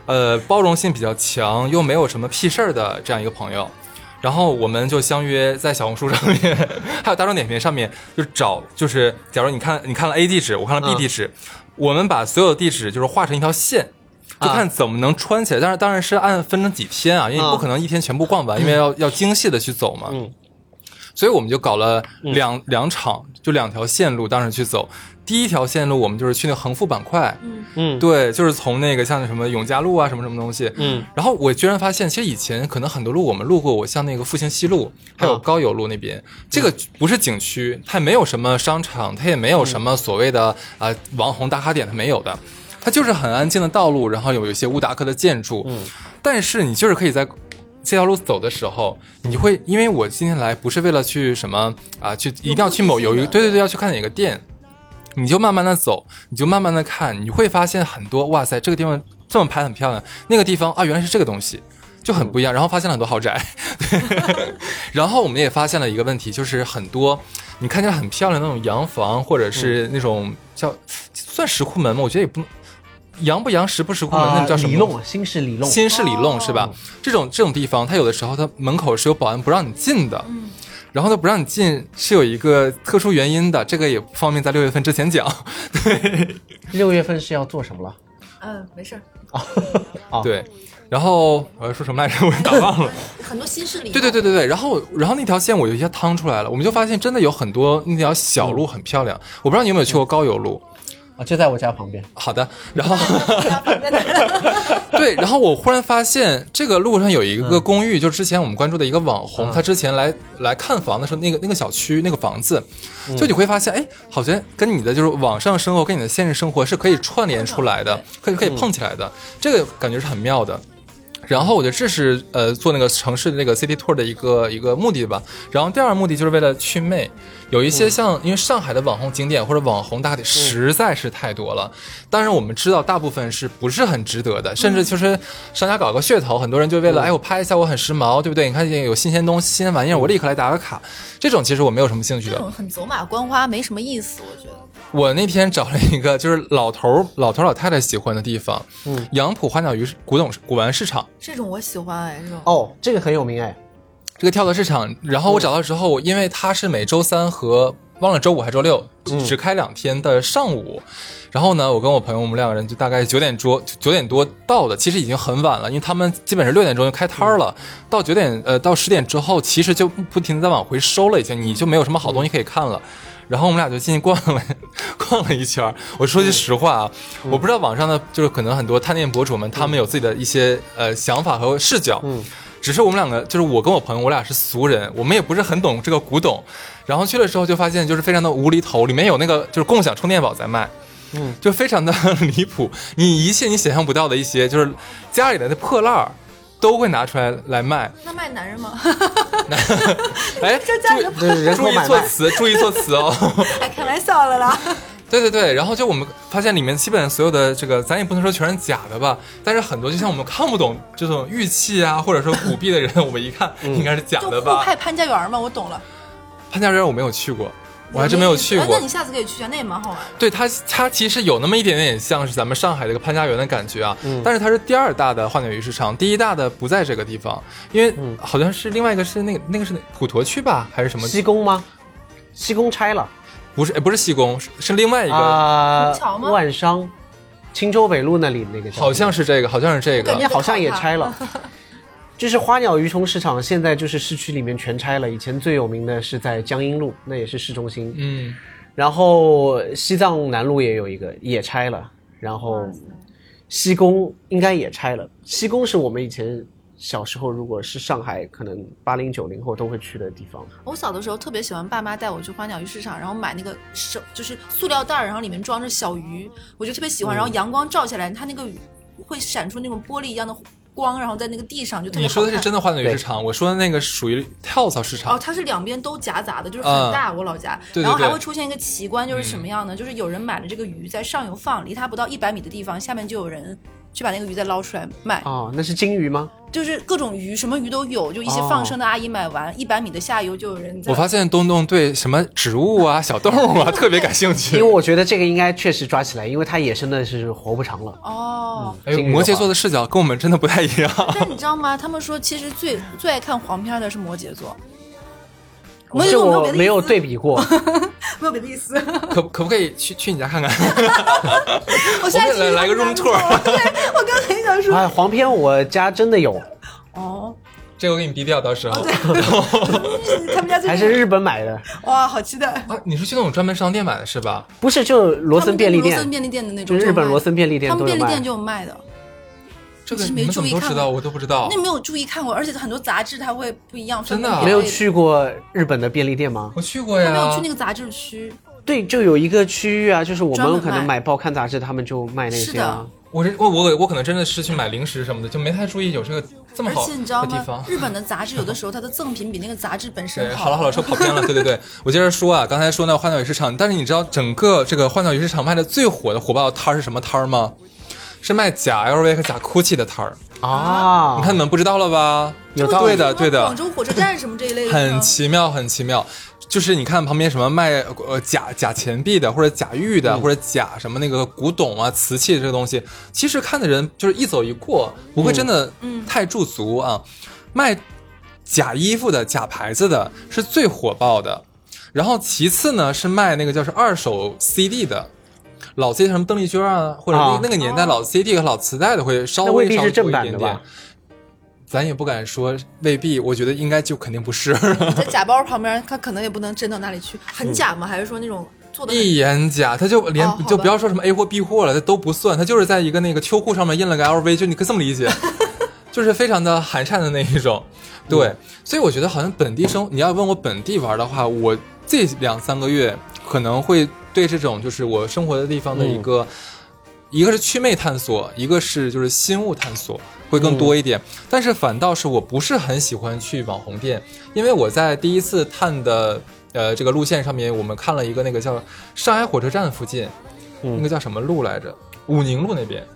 [SPEAKER 1] 呃，包容性比较强，又没有什么屁事儿的这样一个朋友。然后我们就相约在小红书上面，还有大众点评上面，就找就是，假如你看你看了 A 地址，我看了 B
[SPEAKER 4] 嗯
[SPEAKER 1] 地址，我们把所有地址就是画成一条线，就
[SPEAKER 4] 啊
[SPEAKER 1] 看怎么能穿起来。但是当然是按分成几天啊，因为你
[SPEAKER 4] 嗯
[SPEAKER 1] 不可能一天全部逛完，因为要要精细的去走嘛。
[SPEAKER 4] 嗯
[SPEAKER 1] 所以我们就搞了两、两场，就两条线路，当时去走。第一条线路我们就是去那个横幅板块，
[SPEAKER 4] 嗯
[SPEAKER 1] 对，就是从那个像什么永嘉路啊，什么什么东西，
[SPEAKER 4] 嗯，
[SPEAKER 1] 然后我居然发现，其实以前可能很多路我们路过，我像那个复兴西路，还有
[SPEAKER 4] 啊
[SPEAKER 1] 高邮路那边，这个不是景区，它也没有什么商场，它也没有什么所谓的啊、呃网红打卡点，它没有的，它就是很安静的道路，然后有一些乌达克的建筑，嗯，但是你就是可以在。这条路走的时候，你会因为我今天来不是为了去什么啊，去一定要去某有一个对对对，要去看哪个店，你就慢慢的走，你就慢慢的看，你会发现很多哇塞，这个地方这么拍很漂亮，那个地方啊原来是这个东西，就很不一样。然后发现了很多豪宅， 然后我们也发现了一个问题，就是很多你看起来很漂亮的那种洋房，或者是那种叫算石库门吗？我觉得也不洋不洋，石不石库门，那
[SPEAKER 4] 啊，
[SPEAKER 1] 叫什么
[SPEAKER 4] 里
[SPEAKER 1] 东西？
[SPEAKER 4] 弄，新式里弄，
[SPEAKER 1] 新式里弄是吧？这种这种地方，它有的时候它门口是有保安不让你进的，然后它不让你进是有一个特殊原因的，这个也不方便在六月份之前讲。
[SPEAKER 4] 六月份是要做什么了？
[SPEAKER 3] 嗯，没事儿，
[SPEAKER 4] 啊
[SPEAKER 1] 对，然后我要说什么来着？我也打忘了。
[SPEAKER 3] 很多西式礼。
[SPEAKER 1] 对对对对对，然后然后那条线我就一下趟出来了，我们就发现真的有很多那条小路很漂亮。我不知道你有没有去过高邮路？
[SPEAKER 4] 啊，就在我家旁边。
[SPEAKER 1] 好的，然后。
[SPEAKER 3] 对。
[SPEAKER 1] 对，然后我忽然发现这个路上有一个公寓，就之前我们关注的一个网红，
[SPEAKER 4] 嗯
[SPEAKER 1] 他之前来来看房的时候，那个那个小区那个房子，就你会发现，哎，好像跟你的就是网上生活跟你的现实生活是可以串联出来的，可以可以碰起来的，这个感觉是很妙的。然后我觉得这是呃做那个城市的那个 city tour 的一个一个目的吧。然后第二个目的就是为了祛魅，有一些像、因为上海的网红景点或者网红大点实在是太多了，当然我们知道大部分是不是很值得的，甚至就是商家搞个噱头，很多人就为了、哎我拍一下我很时髦，对不对？你看见有新鲜东西、新鲜玩意儿，我立刻来打个卡。这种其实我没有什么兴趣
[SPEAKER 3] 这
[SPEAKER 1] 的。
[SPEAKER 3] 种很走马观花，没什么意思，我觉得。
[SPEAKER 1] 我那天找了一个就是老头儿老头儿老太太喜欢的地方，
[SPEAKER 4] 嗯
[SPEAKER 1] 杨浦花鸟鱼市古董古玩市场。
[SPEAKER 3] 这种我喜欢哎，这种。
[SPEAKER 4] 哦，这个很有名哎。
[SPEAKER 1] 这个跳蚤市场，然后我找到之后，因为它是每周三和忘了周五还是周六、只只开两天的上午，然后呢，我跟我朋友我们两个人就大概九点多九点多到的，其实已经很晚了，因为他们基本上六点钟就开摊儿了，到九点呃到十点之后，其实就不停的在往回收了，已经你就没有什么好东西可以看了。然后我们俩就进去逛了， 逛了一圈儿。我说句实话啊，我不知道网上的就是可能很多探店博主们，他们有自己的一些呃想法和视角。嗯，只是我们两个，就是我跟我朋友，我俩是俗人，我们也不是很懂这个古董。然后去了之后就发现就是非常的无厘头，里面有那个就是共享充电宝在卖。
[SPEAKER 4] 嗯，
[SPEAKER 1] 就非常的离谱， 你一切你想象不到的一些，就是家里的那破烂儿，都会拿出来来卖。
[SPEAKER 3] 那卖男人吗？
[SPEAKER 1] 哎，
[SPEAKER 3] 这家里的
[SPEAKER 1] 注
[SPEAKER 4] 这是人口
[SPEAKER 1] 注意
[SPEAKER 4] 买
[SPEAKER 1] 措
[SPEAKER 4] 卖
[SPEAKER 1] 辞，注意措辞哦。
[SPEAKER 3] 哎，开玩笑了啦。
[SPEAKER 1] 对对对，然后就我们发现里面基本上所有的这个，咱也不能说全是假的吧，但是很多就像我们看不懂这种玉器啊，或者说古币的人，我们一看应该是假
[SPEAKER 3] 嗯就
[SPEAKER 1] 的
[SPEAKER 3] 互
[SPEAKER 1] 吧。
[SPEAKER 3] 派潘家园嘛，我懂了。
[SPEAKER 1] 潘家园我没有去过，我还真没有去
[SPEAKER 3] 哎
[SPEAKER 1] 过
[SPEAKER 3] 那你。下次可以去啊，那也蛮好玩的。
[SPEAKER 1] 对它，它其实有那么一点点像是咱们上海这个潘家园的感觉啊，但是它是第二大的花鸟鱼市场，第一大的不在这个地方，因为好像是另外一个是那个那个是普陀区吧，还是什么？
[SPEAKER 4] 西宫吗？西宫拆了
[SPEAKER 1] 不是，哎不是西宫，是是另外一个，
[SPEAKER 4] 啊
[SPEAKER 3] 虹桥吗
[SPEAKER 4] 万商，青州北路那里那个叫
[SPEAKER 1] 好像是这个，好像是这
[SPEAKER 3] 我感
[SPEAKER 1] 个
[SPEAKER 3] 觉。
[SPEAKER 4] 好像也拆了。 就是花鸟鱼虫市场，现在就是市区里面全拆了。以前最有名的是在江阴路，那也是市中心。
[SPEAKER 1] 嗯，
[SPEAKER 4] 然后西藏南路也有一个，也拆了。然后西宫应该也拆了。西宫是我们以前小时候，如果是上海，可能八零九零后都会去的地方。
[SPEAKER 3] 我小的时候特别喜欢爸妈带我去花鸟鱼市场，然后买那个手就是塑料袋儿，然后里面装
[SPEAKER 1] 嗯
[SPEAKER 3] 着小鱼，我就特别喜欢。然后阳光照下来，它那个鱼会闪出那种玻璃一样的光，然后在那个地上就特别
[SPEAKER 1] 你
[SPEAKER 3] 好看。
[SPEAKER 1] 说的是真的话语
[SPEAKER 4] 对
[SPEAKER 1] 市场，我说的那个属于跳蚤市场。
[SPEAKER 3] 哦，它是两边都夹杂的，就是很大。我老家，
[SPEAKER 1] 嗯对对
[SPEAKER 3] 然后还
[SPEAKER 1] 对嗯
[SPEAKER 3] 会出现一个奇观，就是什么样呢？就是有人买了这个鱼，在上游放，离它不到一百米的地方，下面就有人去把那个鱼再捞出来卖，
[SPEAKER 4] 哦，那是金鱼吗？
[SPEAKER 3] 就是各种鱼，什么鱼都有，就一些放生的阿姨买完，一百米的下游就有人在。
[SPEAKER 1] 哦我发现东东对什么植物啊、小动物啊 特别感兴
[SPEAKER 4] 因
[SPEAKER 1] 趣
[SPEAKER 4] 为。我觉得这个应该确实抓起来，因为它野生的是活不长了。
[SPEAKER 3] 哦，
[SPEAKER 1] 哎呦，
[SPEAKER 4] 金鱼的话
[SPEAKER 1] 摩羯座的视角跟我们真的不太一样。
[SPEAKER 3] 但你知道吗？他们说其实最最爱看黄片的是摩羯座，摩羯
[SPEAKER 4] 哦这
[SPEAKER 3] 座没有
[SPEAKER 4] 我
[SPEAKER 3] 别的
[SPEAKER 4] 没有
[SPEAKER 3] 意思
[SPEAKER 4] 对比过，
[SPEAKER 3] 没有别的意思。
[SPEAKER 1] 可可不可以去去你家看看？
[SPEAKER 3] 我现在
[SPEAKER 1] 我们来来个 room tour
[SPEAKER 3] 对，我刚才想说，
[SPEAKER 4] 哎，黄片我家真的有，
[SPEAKER 3] 哦，
[SPEAKER 1] 这个我给你逼掉，到时候。
[SPEAKER 3] 他们家最
[SPEAKER 4] 还是日本买的，
[SPEAKER 3] 哇，好期待。
[SPEAKER 1] 啊，你是去那种专门商店买的是吧？
[SPEAKER 4] 不是就罗森便利
[SPEAKER 3] 他们那个罗森
[SPEAKER 4] 店，
[SPEAKER 3] 便利店的那
[SPEAKER 4] 就
[SPEAKER 3] 种，
[SPEAKER 4] 日本罗森便利店
[SPEAKER 3] 他们
[SPEAKER 4] 都有
[SPEAKER 3] 便利
[SPEAKER 4] 卖哦
[SPEAKER 3] 店。就有卖的。
[SPEAKER 1] 这个
[SPEAKER 3] 其实没
[SPEAKER 1] 你们怎么
[SPEAKER 3] 注
[SPEAKER 1] 都
[SPEAKER 3] 意看
[SPEAKER 1] 知道，
[SPEAKER 3] 过
[SPEAKER 1] 我都不知道
[SPEAKER 3] 那。没有注意看过，而且很多杂志它会不一样，
[SPEAKER 1] 真的啊
[SPEAKER 3] 分门
[SPEAKER 4] 没
[SPEAKER 3] 别
[SPEAKER 4] 有
[SPEAKER 3] 类
[SPEAKER 4] 去啊过日本的便利店吗？
[SPEAKER 1] 我去过
[SPEAKER 3] 他没有
[SPEAKER 1] 呀
[SPEAKER 3] 去那。个杂志区，
[SPEAKER 4] 对，就有一个区域啊，就是我
[SPEAKER 3] 专
[SPEAKER 4] 们
[SPEAKER 3] 门
[SPEAKER 4] 可能
[SPEAKER 3] 卖
[SPEAKER 4] 买报刊杂志，他们就卖那
[SPEAKER 3] 是
[SPEAKER 4] 些
[SPEAKER 3] 的
[SPEAKER 4] 啊。
[SPEAKER 1] 我这我我我可能真的是去买零食什么的，就没太注意有这个这么
[SPEAKER 3] 而
[SPEAKER 1] 好
[SPEAKER 3] 且你知道
[SPEAKER 1] 的地
[SPEAKER 3] 吗
[SPEAKER 1] 方？。
[SPEAKER 3] 日本的杂志有的时候它的赠品比那个杂志本身
[SPEAKER 1] 对，好了好了，说跑偏 了。对对对，我接着说啊，刚才说那个换鸟鱼市场，但是你知道整个这个换鸟鱼市场卖的最火的火爆的摊儿是什么摊儿吗？是卖假 LV 和假 GUCCI 的摊儿。
[SPEAKER 4] 啊，
[SPEAKER 3] 嗯
[SPEAKER 1] 你看你们不知道了吧？
[SPEAKER 4] 有道理
[SPEAKER 1] 对的对的
[SPEAKER 3] 广，州火车站什么这一类的地方，
[SPEAKER 1] 很奇妙很奇妙。就是你看旁边什么卖呃假假钱币的，或者假玉的，或者假什么那个古董啊、瓷器这个东西，其实看的人就是一走一过，不会真的
[SPEAKER 3] 嗯
[SPEAKER 1] 太驻足啊。卖假衣服的、假牌子的是最火爆的，然后其次呢是卖那个叫是二手 CD 的。老 CD 什么邓丽君啊，或者
[SPEAKER 4] 啊
[SPEAKER 1] 那那个年
[SPEAKER 3] 哦
[SPEAKER 1] 代老 CD 和老磁带的会稍
[SPEAKER 4] 那未
[SPEAKER 1] 微
[SPEAKER 4] 必
[SPEAKER 1] 稍
[SPEAKER 4] 是
[SPEAKER 1] 微
[SPEAKER 4] 正
[SPEAKER 1] 多一
[SPEAKER 4] 版
[SPEAKER 1] 点
[SPEAKER 4] 的
[SPEAKER 1] 点
[SPEAKER 4] 吧，
[SPEAKER 1] 咱也不敢说未必，我觉得应该就肯定不是。
[SPEAKER 3] 在假包旁边，它可能也不能真到哪里去，
[SPEAKER 1] 嗯
[SPEAKER 3] 很假吗？还是说那种做的
[SPEAKER 1] 一眼假，他就连、
[SPEAKER 3] 哦好吧
[SPEAKER 1] 就不要说什么 A 货 B 货了，他都不算，他就是在一个那个秋裤上面印了个 LV，就你可以这么理解，就是非常的寒碜的那一种。
[SPEAKER 4] 嗯
[SPEAKER 1] 对，所以我觉得好像本地生，你要问我本地玩的话，我这两三个月可能会对这种就是我生活的地方的
[SPEAKER 4] 嗯
[SPEAKER 1] 一个，一个是祛魅探索，一个是就是新物探索。会更多一点，但是反倒是我不是很喜欢去网红店，因为我在第一次探的呃这个路线上面，我们看了一个那个叫上海火车站附近，那个叫什么路来着？武宁路那边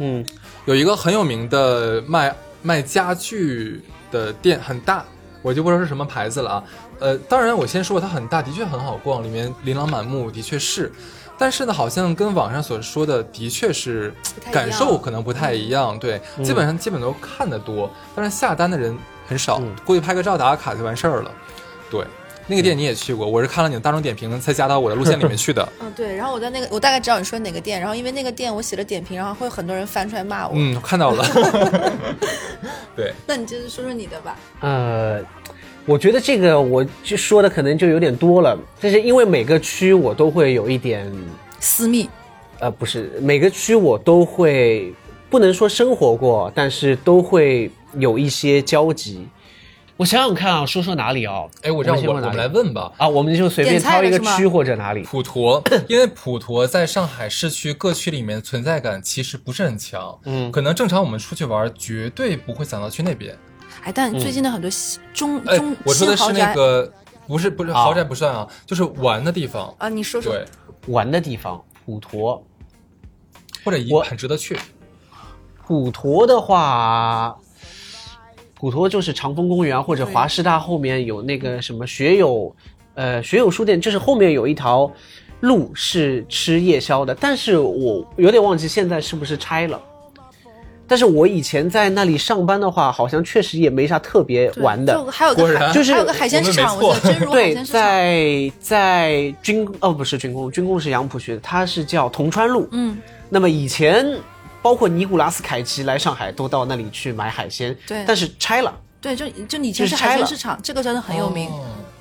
[SPEAKER 4] 嗯，
[SPEAKER 1] 有一个很有名的卖卖家具的店，很大，我就不知道是什么牌子了啊。呃，当然我先说它很大，的确很好逛，里面琳琅满目，的确是。但是呢，好像跟网上所说的的确是
[SPEAKER 3] 不太一样
[SPEAKER 1] 感受可能不太一样，对，基本上基本都看得多，但是下单的人很少
[SPEAKER 4] 嗯，
[SPEAKER 1] 过去拍个照打个卡就完事儿了。对，那个店你也去过，我是看了你的大众点评才加到我的路线里面去的。
[SPEAKER 3] 嗯，对。然后我在那个，我大概知道你说哪个店，然后因为那个店我写了点评，然后会有很多人翻出来骂我。
[SPEAKER 1] 嗯，看到 了。对，
[SPEAKER 3] 那你接着说说你的吧。
[SPEAKER 4] 呃，我觉得这个我就说的可能就有点多了，但是因为每个区我都会有一点，
[SPEAKER 3] 私密，
[SPEAKER 4] 呃，不是每个区我都会不能说生活过，但是都会有一些交集。我想想看啊，说说哪里啊？
[SPEAKER 1] 哎，我这样
[SPEAKER 4] 们先
[SPEAKER 1] 我
[SPEAKER 4] 说
[SPEAKER 1] 我
[SPEAKER 4] 哪
[SPEAKER 1] 们
[SPEAKER 4] 里
[SPEAKER 1] 来问吧。
[SPEAKER 4] 啊，我们就随便
[SPEAKER 3] 点菜
[SPEAKER 4] 挑一个
[SPEAKER 3] 了是吗
[SPEAKER 4] 区或者哪里。
[SPEAKER 1] 普 陀，因为普陀在上海市区各区里面存在感其实不是很强，
[SPEAKER 4] 嗯
[SPEAKER 1] 可能正常我们出去玩绝对不会想到去那边。
[SPEAKER 3] 哎，但最近的很多西中
[SPEAKER 1] 嗯哎
[SPEAKER 3] 中，
[SPEAKER 1] 我说的
[SPEAKER 3] 新
[SPEAKER 1] 是
[SPEAKER 3] 豪
[SPEAKER 1] 那
[SPEAKER 3] 宅
[SPEAKER 1] 个，不是不是
[SPEAKER 4] 啊
[SPEAKER 1] 豪宅不算啊，就是玩的地方，
[SPEAKER 3] 啊，你说说
[SPEAKER 1] 对，
[SPEAKER 4] 玩的地方，普陀。
[SPEAKER 1] 或者一
[SPEAKER 4] 我
[SPEAKER 1] 很值得去。
[SPEAKER 4] 普陀的话，普陀就是长风公园啊或者华师大后面有那个什么学友，呃，学友书店，就是后面有一条路是吃夜宵的，但是我有点忘记现在是不是拆了。但是我以前在那里上班的话，好像确实也没啥特别
[SPEAKER 3] 对
[SPEAKER 4] 玩的。
[SPEAKER 3] 就还有
[SPEAKER 1] 果
[SPEAKER 3] 个
[SPEAKER 1] 然
[SPEAKER 3] 海，
[SPEAKER 4] 就是
[SPEAKER 3] 还有个海鲜市场，
[SPEAKER 1] 我
[SPEAKER 3] 我
[SPEAKER 1] 们
[SPEAKER 3] 记得真如海
[SPEAKER 4] 对
[SPEAKER 3] 鲜，市场，
[SPEAKER 4] 在在军哦不是军工，军工是杨浦区的，它是叫铜川路。
[SPEAKER 3] 嗯，
[SPEAKER 4] 那么以前包括尼古拉斯凯奇来上海都到那里去买海鲜，
[SPEAKER 3] 对
[SPEAKER 4] 但是拆了。
[SPEAKER 3] 对，就就你以前
[SPEAKER 4] 就是是
[SPEAKER 3] 海
[SPEAKER 4] 拆
[SPEAKER 3] 鲜
[SPEAKER 4] 了
[SPEAKER 3] 市场，这个真的很有名。
[SPEAKER 1] 哦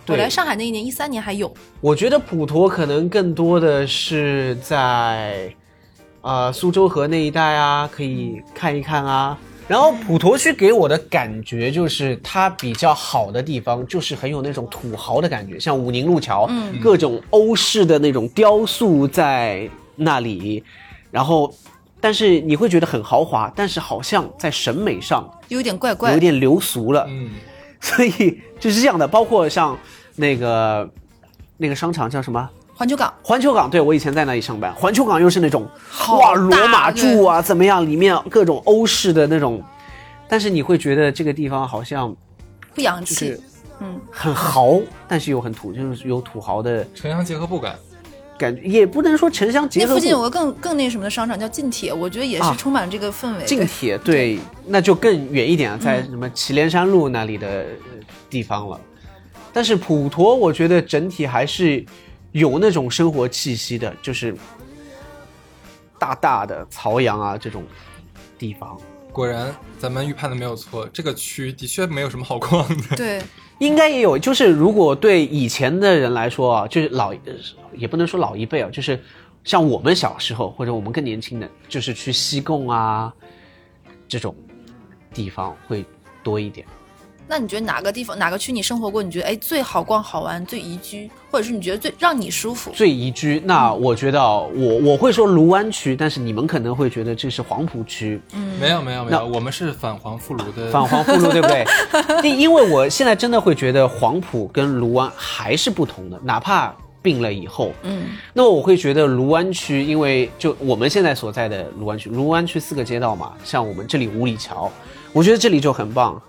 [SPEAKER 3] 我
[SPEAKER 4] 对
[SPEAKER 3] 来上海那一年，一三年还有，
[SPEAKER 4] 我觉得普陀可能更多的是在，呃，苏州河那一带啊，可以看一看啊。然后普陀区给我的感觉就是它比较好的地方，就是很有那种土豪的感觉，像武宁路桥，各种欧式的那种雕塑在那里，然后但是你会觉得很豪华，但是好像在审美上
[SPEAKER 3] 有点怪怪
[SPEAKER 4] 有，点流俗了。
[SPEAKER 1] 嗯，
[SPEAKER 4] 所以就是这样的，包括像那个那个商场叫什么？
[SPEAKER 3] 环球港
[SPEAKER 4] 环球港，对我以前在那里上班。环球港又是那种
[SPEAKER 3] 好
[SPEAKER 4] 哇
[SPEAKER 3] 大
[SPEAKER 4] 罗马柱啊，怎么样？里面各种欧式的那种，但是你会觉得这个地方好像
[SPEAKER 3] 不洋
[SPEAKER 4] 就
[SPEAKER 3] 气
[SPEAKER 4] 是，嗯很豪，但是又很土，就是有土豪的
[SPEAKER 1] 城乡结合部感。
[SPEAKER 4] 感觉，也不能说城乡结
[SPEAKER 3] 那
[SPEAKER 4] 合
[SPEAKER 3] 附
[SPEAKER 4] 部。
[SPEAKER 3] 近有个更更那什么的商场叫近铁，我觉得也是
[SPEAKER 4] 啊
[SPEAKER 3] 充满了这个氛围。
[SPEAKER 4] 近
[SPEAKER 3] 对
[SPEAKER 4] 铁对，那就更远一点，啊在什么祁连山路那里的呃地方了。但是普陀，我觉得整体还是有那种生活气息的，就是大大的朝阳啊这种地方，
[SPEAKER 1] 果然，咱们预判的没有错，这个区的确没有什么好逛的。
[SPEAKER 3] 对，
[SPEAKER 4] 应该也有。就是如果对以前的人来说啊，就是老呃也不能说老一辈啊，就是像我们小时候或者我们更年轻的，就是去西贡啊这种地方会多一点。
[SPEAKER 3] 那你觉得哪个地方哪个区你生活过？你觉得哎最好逛、好玩、最宜居，或者是你觉得最让你舒服？
[SPEAKER 4] 最宜居。那我觉得哦我我会说卢湾区，但是你们可能会觉得这是黄浦区，
[SPEAKER 3] 嗯
[SPEAKER 1] 没有没有没
[SPEAKER 4] 那
[SPEAKER 1] 有，我们是反黄复炉的。
[SPEAKER 4] 反黄浦路，对不对？ 因因为我现在真的会觉得黄浦跟卢湾还是不同的，哪怕并了以后，
[SPEAKER 3] 嗯，
[SPEAKER 4] 那么我会觉得卢湾区，因为就我们现在所在的卢湾区，卢湾区四个街道嘛，像我们这里五里桥，我觉得这里就很棒。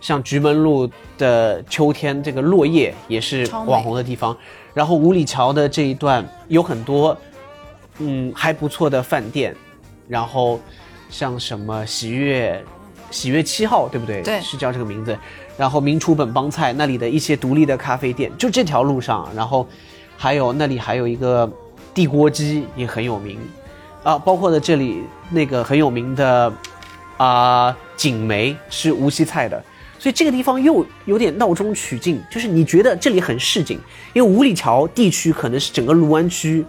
[SPEAKER 4] 像菊门路的秋天，这个落叶也是
[SPEAKER 3] 超美
[SPEAKER 4] 网红的地方。然后五里桥的这一段有很多，嗯，还不错的饭店。然后像什么喜悦，喜悦七号，对不对？
[SPEAKER 3] 对
[SPEAKER 4] 是叫这个名字。然后名厨本帮菜那里的一些独立的咖啡店，就这条路上，然后还有那里还有一个地锅鸡也很有名，啊，包括了这里那个很有名的啊、锦梅是无锡菜的，所以这个地方又有点闹中取静，就是你觉得这里很市井，因为五里桥地区可能是整个卢湾区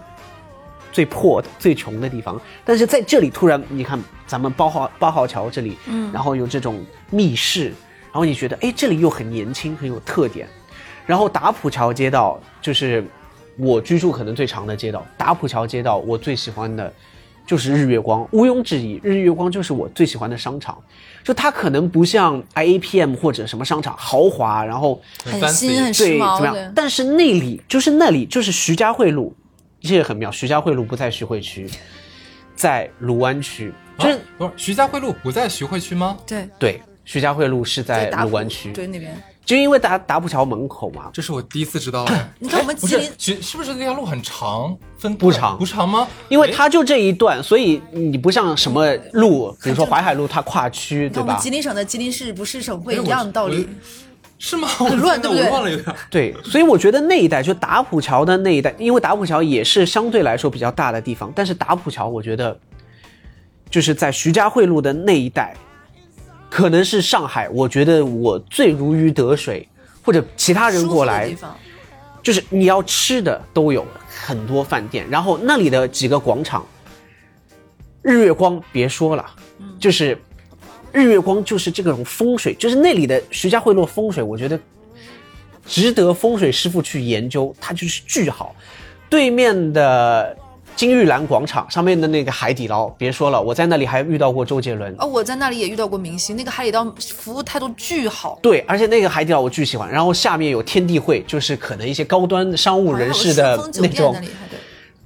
[SPEAKER 4] 最破的、最穷的地方，但是在这里突然你看咱们八号八号桥这里，嗯，然后有这种密室，然后你觉得哎这里又很年轻，很有特点，然后打浦桥街道就是我居住可能最长的街道，打浦桥街道我最喜欢的就是日月光，毋庸置疑，日月光就是我最喜欢的商场。就它可能不像 IAPM 或者什么商场豪华，然后
[SPEAKER 1] 很
[SPEAKER 3] 很新
[SPEAKER 1] fancy
[SPEAKER 3] 很时
[SPEAKER 4] 对怎
[SPEAKER 3] 髦
[SPEAKER 4] 么样
[SPEAKER 3] 的，，
[SPEAKER 4] 但是那里就是那里就是徐家汇路，这也很妙。徐家汇路不在徐汇区，在卢湾区，
[SPEAKER 3] 哦
[SPEAKER 4] 就是、
[SPEAKER 1] 啊不是徐家汇路不在徐汇区吗？
[SPEAKER 3] 对，
[SPEAKER 4] 对。徐家汇路是在
[SPEAKER 3] 打
[SPEAKER 4] 卢湾
[SPEAKER 3] 浦
[SPEAKER 4] 区，
[SPEAKER 3] 对那边。
[SPEAKER 4] 就因为打打浦桥门口嘛，
[SPEAKER 1] 这是我第一次知 道。 你
[SPEAKER 3] 看我们
[SPEAKER 1] 不
[SPEAKER 3] 吉
[SPEAKER 1] 是
[SPEAKER 3] 林
[SPEAKER 1] 徐是不是这条路很长？分
[SPEAKER 4] 不长
[SPEAKER 1] 不长吗？
[SPEAKER 4] 因为
[SPEAKER 1] 哎
[SPEAKER 4] 它就这一段，所以你不像什么路，比如说淮海路，它跨
[SPEAKER 3] 你
[SPEAKER 4] 区，
[SPEAKER 3] 看
[SPEAKER 4] 对
[SPEAKER 3] 我们
[SPEAKER 4] 吧
[SPEAKER 3] 吉？林省的吉林市不是省会
[SPEAKER 1] 哎我
[SPEAKER 3] 一样的道理，
[SPEAKER 1] 我是吗？ 很
[SPEAKER 3] 乱对不对
[SPEAKER 1] 我乱了有点。
[SPEAKER 4] 对，所以我觉得那一带就打浦桥的那一带，因为打浦桥也是相对来说比较大的地方，但是打浦桥我觉得就是在徐家汇路的那一带，可能是上海，我觉得我最如鱼得水，或者其他人
[SPEAKER 3] 舒
[SPEAKER 4] 过
[SPEAKER 3] 服的
[SPEAKER 4] 来
[SPEAKER 3] 地方，
[SPEAKER 4] 就是你要吃的都有很多饭店，然后那里的几个广场，日月光别说了，
[SPEAKER 3] 嗯
[SPEAKER 4] 就是日月光就是这种风水，就是那里的徐家汇路风水，我觉得值得风水师傅去研究，它就是巨好。对面的金玉兰广场上面的那个海底捞，别说了，我在那里还遇到过周杰伦。
[SPEAKER 3] 哦，我在那里也遇到过明星，那个海底捞服务态度巨好，
[SPEAKER 4] 对，而且那个海底捞我巨喜欢，然后下面有天地汇，就是可能一些高端商务人士的
[SPEAKER 3] 还有顺丰酒
[SPEAKER 4] 那
[SPEAKER 3] 店
[SPEAKER 4] 种
[SPEAKER 3] 那里还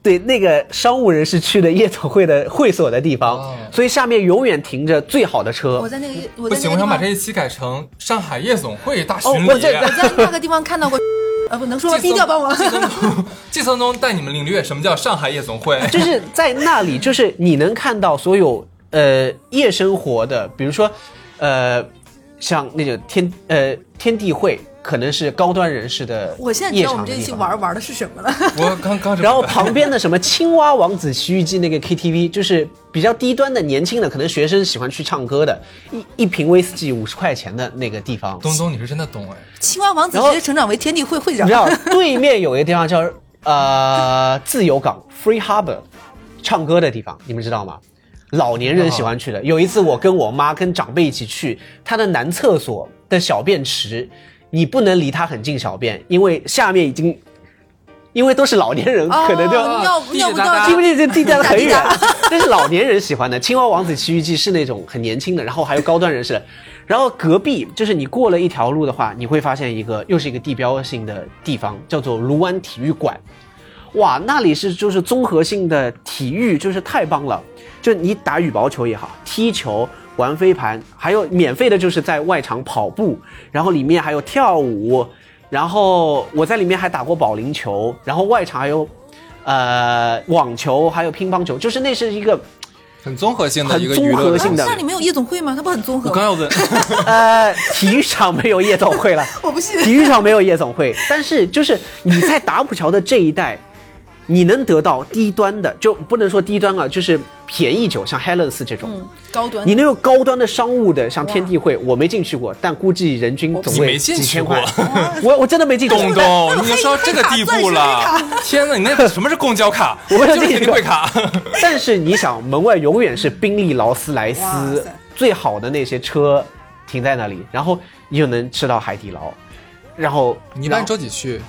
[SPEAKER 3] 对，
[SPEAKER 4] 对那个商务人士去的夜总会的会所的地方，
[SPEAKER 1] 哦
[SPEAKER 4] 所以下面永远停着最好的车
[SPEAKER 3] 我。在那个我
[SPEAKER 1] 不
[SPEAKER 3] 在那
[SPEAKER 1] 行，
[SPEAKER 3] 个
[SPEAKER 1] 我
[SPEAKER 3] 地
[SPEAKER 1] 想把
[SPEAKER 3] 方
[SPEAKER 1] 这，一期改成上海夜总会大巡
[SPEAKER 4] 哦
[SPEAKER 1] 礼。哎
[SPEAKER 4] 我这
[SPEAKER 3] 我在那个地方看 到过，呃，不能说吗低调帮忙，
[SPEAKER 1] 季松东，季松东带你们领略什么叫上海夜总 会。
[SPEAKER 4] 就是在那里，就是你能看到所有呃夜生活的，比如说，呃，像那种天呃天地会，可能是高端人士的
[SPEAKER 3] 我现在知
[SPEAKER 4] 夜
[SPEAKER 3] 道我
[SPEAKER 4] 场
[SPEAKER 3] 们
[SPEAKER 4] 的
[SPEAKER 3] 这一
[SPEAKER 4] 地
[SPEAKER 3] 期
[SPEAKER 4] 方
[SPEAKER 3] 玩玩的是什么了，
[SPEAKER 1] 我刚刚
[SPEAKER 4] 然后旁边的什么青蛙王子洗浴记那个 KTV，就是比较低端的年轻的，可能学生喜欢去唱歌的，一一瓶威士忌五十块钱的那个地方。
[SPEAKER 1] 东东，你是真的懂哎。
[SPEAKER 3] 青蛙王子
[SPEAKER 4] 然后
[SPEAKER 3] 直接成长为天地会会
[SPEAKER 4] 你
[SPEAKER 3] 长
[SPEAKER 4] 知，道对面有一个地方叫呃自由港 （Free Harbor），唱歌的地方，你们知道吗？老年人喜欢去的。有一次我跟我妈跟长辈一起去，他的男厕所的小便池，你不能离他很近小便，因为下面已经因为都是老年人，
[SPEAKER 3] 哦
[SPEAKER 4] 可能就
[SPEAKER 3] 尿
[SPEAKER 1] 滴滴
[SPEAKER 3] 尿不
[SPEAKER 1] 答
[SPEAKER 3] 尿
[SPEAKER 1] 答
[SPEAKER 4] 记不记得地带的啊很远
[SPEAKER 3] 打地？
[SPEAKER 4] 但是老年人喜欢的《青蛙王子奇遇记》是那种很年轻的，然后还有高端人士的。然后隔壁就是你过了一条路的话，你会发现一个又是一个地标性的地方，叫做卢湾体育馆。哇，那里是就是综合性的体育，就是太棒了。就你打羽毛球也好，踢球、玩飞盘，还有免费的，就是在外场跑步，然后里面还有跳舞，然后我在里面还打过保龄球，然后外场还有，呃，网球，还有乒乓球，就是那是一个
[SPEAKER 1] 很综合性的
[SPEAKER 4] 很
[SPEAKER 1] 一个
[SPEAKER 4] 综
[SPEAKER 1] 娱
[SPEAKER 4] 合
[SPEAKER 1] 乐
[SPEAKER 4] 性的
[SPEAKER 3] 那里面有夜总会吗？它不很综合
[SPEAKER 1] 我
[SPEAKER 3] 吗？
[SPEAKER 1] 刚要 问，
[SPEAKER 4] 呃，体育场没有夜总会了，
[SPEAKER 3] 我不信
[SPEAKER 4] 体育场没有夜总会， 但是就是你在打浦桥的这一带，你能得到低端的，就不能说低端啊，就是便宜酒，像 Helen's 这种。
[SPEAKER 3] 嗯，高端
[SPEAKER 4] 你能有高端的商务的，像天地会，我没进去过，但估计人均总
[SPEAKER 1] 你
[SPEAKER 4] 会
[SPEAKER 1] 没进
[SPEAKER 4] 几
[SPEAKER 1] 去
[SPEAKER 4] 千块
[SPEAKER 1] 过。
[SPEAKER 4] 我我真的没进去过
[SPEAKER 1] 东，东，你都到这个地步了，天哪，你那什么是公交卡？
[SPEAKER 4] 我没有
[SPEAKER 1] 就是肯
[SPEAKER 4] 进去
[SPEAKER 1] 定
[SPEAKER 4] 过
[SPEAKER 1] 会卡。
[SPEAKER 4] 但是你想，门外永远是宾利、劳斯莱
[SPEAKER 3] 哇
[SPEAKER 4] 斯
[SPEAKER 3] 塞
[SPEAKER 4] 最好的那些车停在那里，然后你就能吃到海底捞，然后
[SPEAKER 1] 你一般周几去？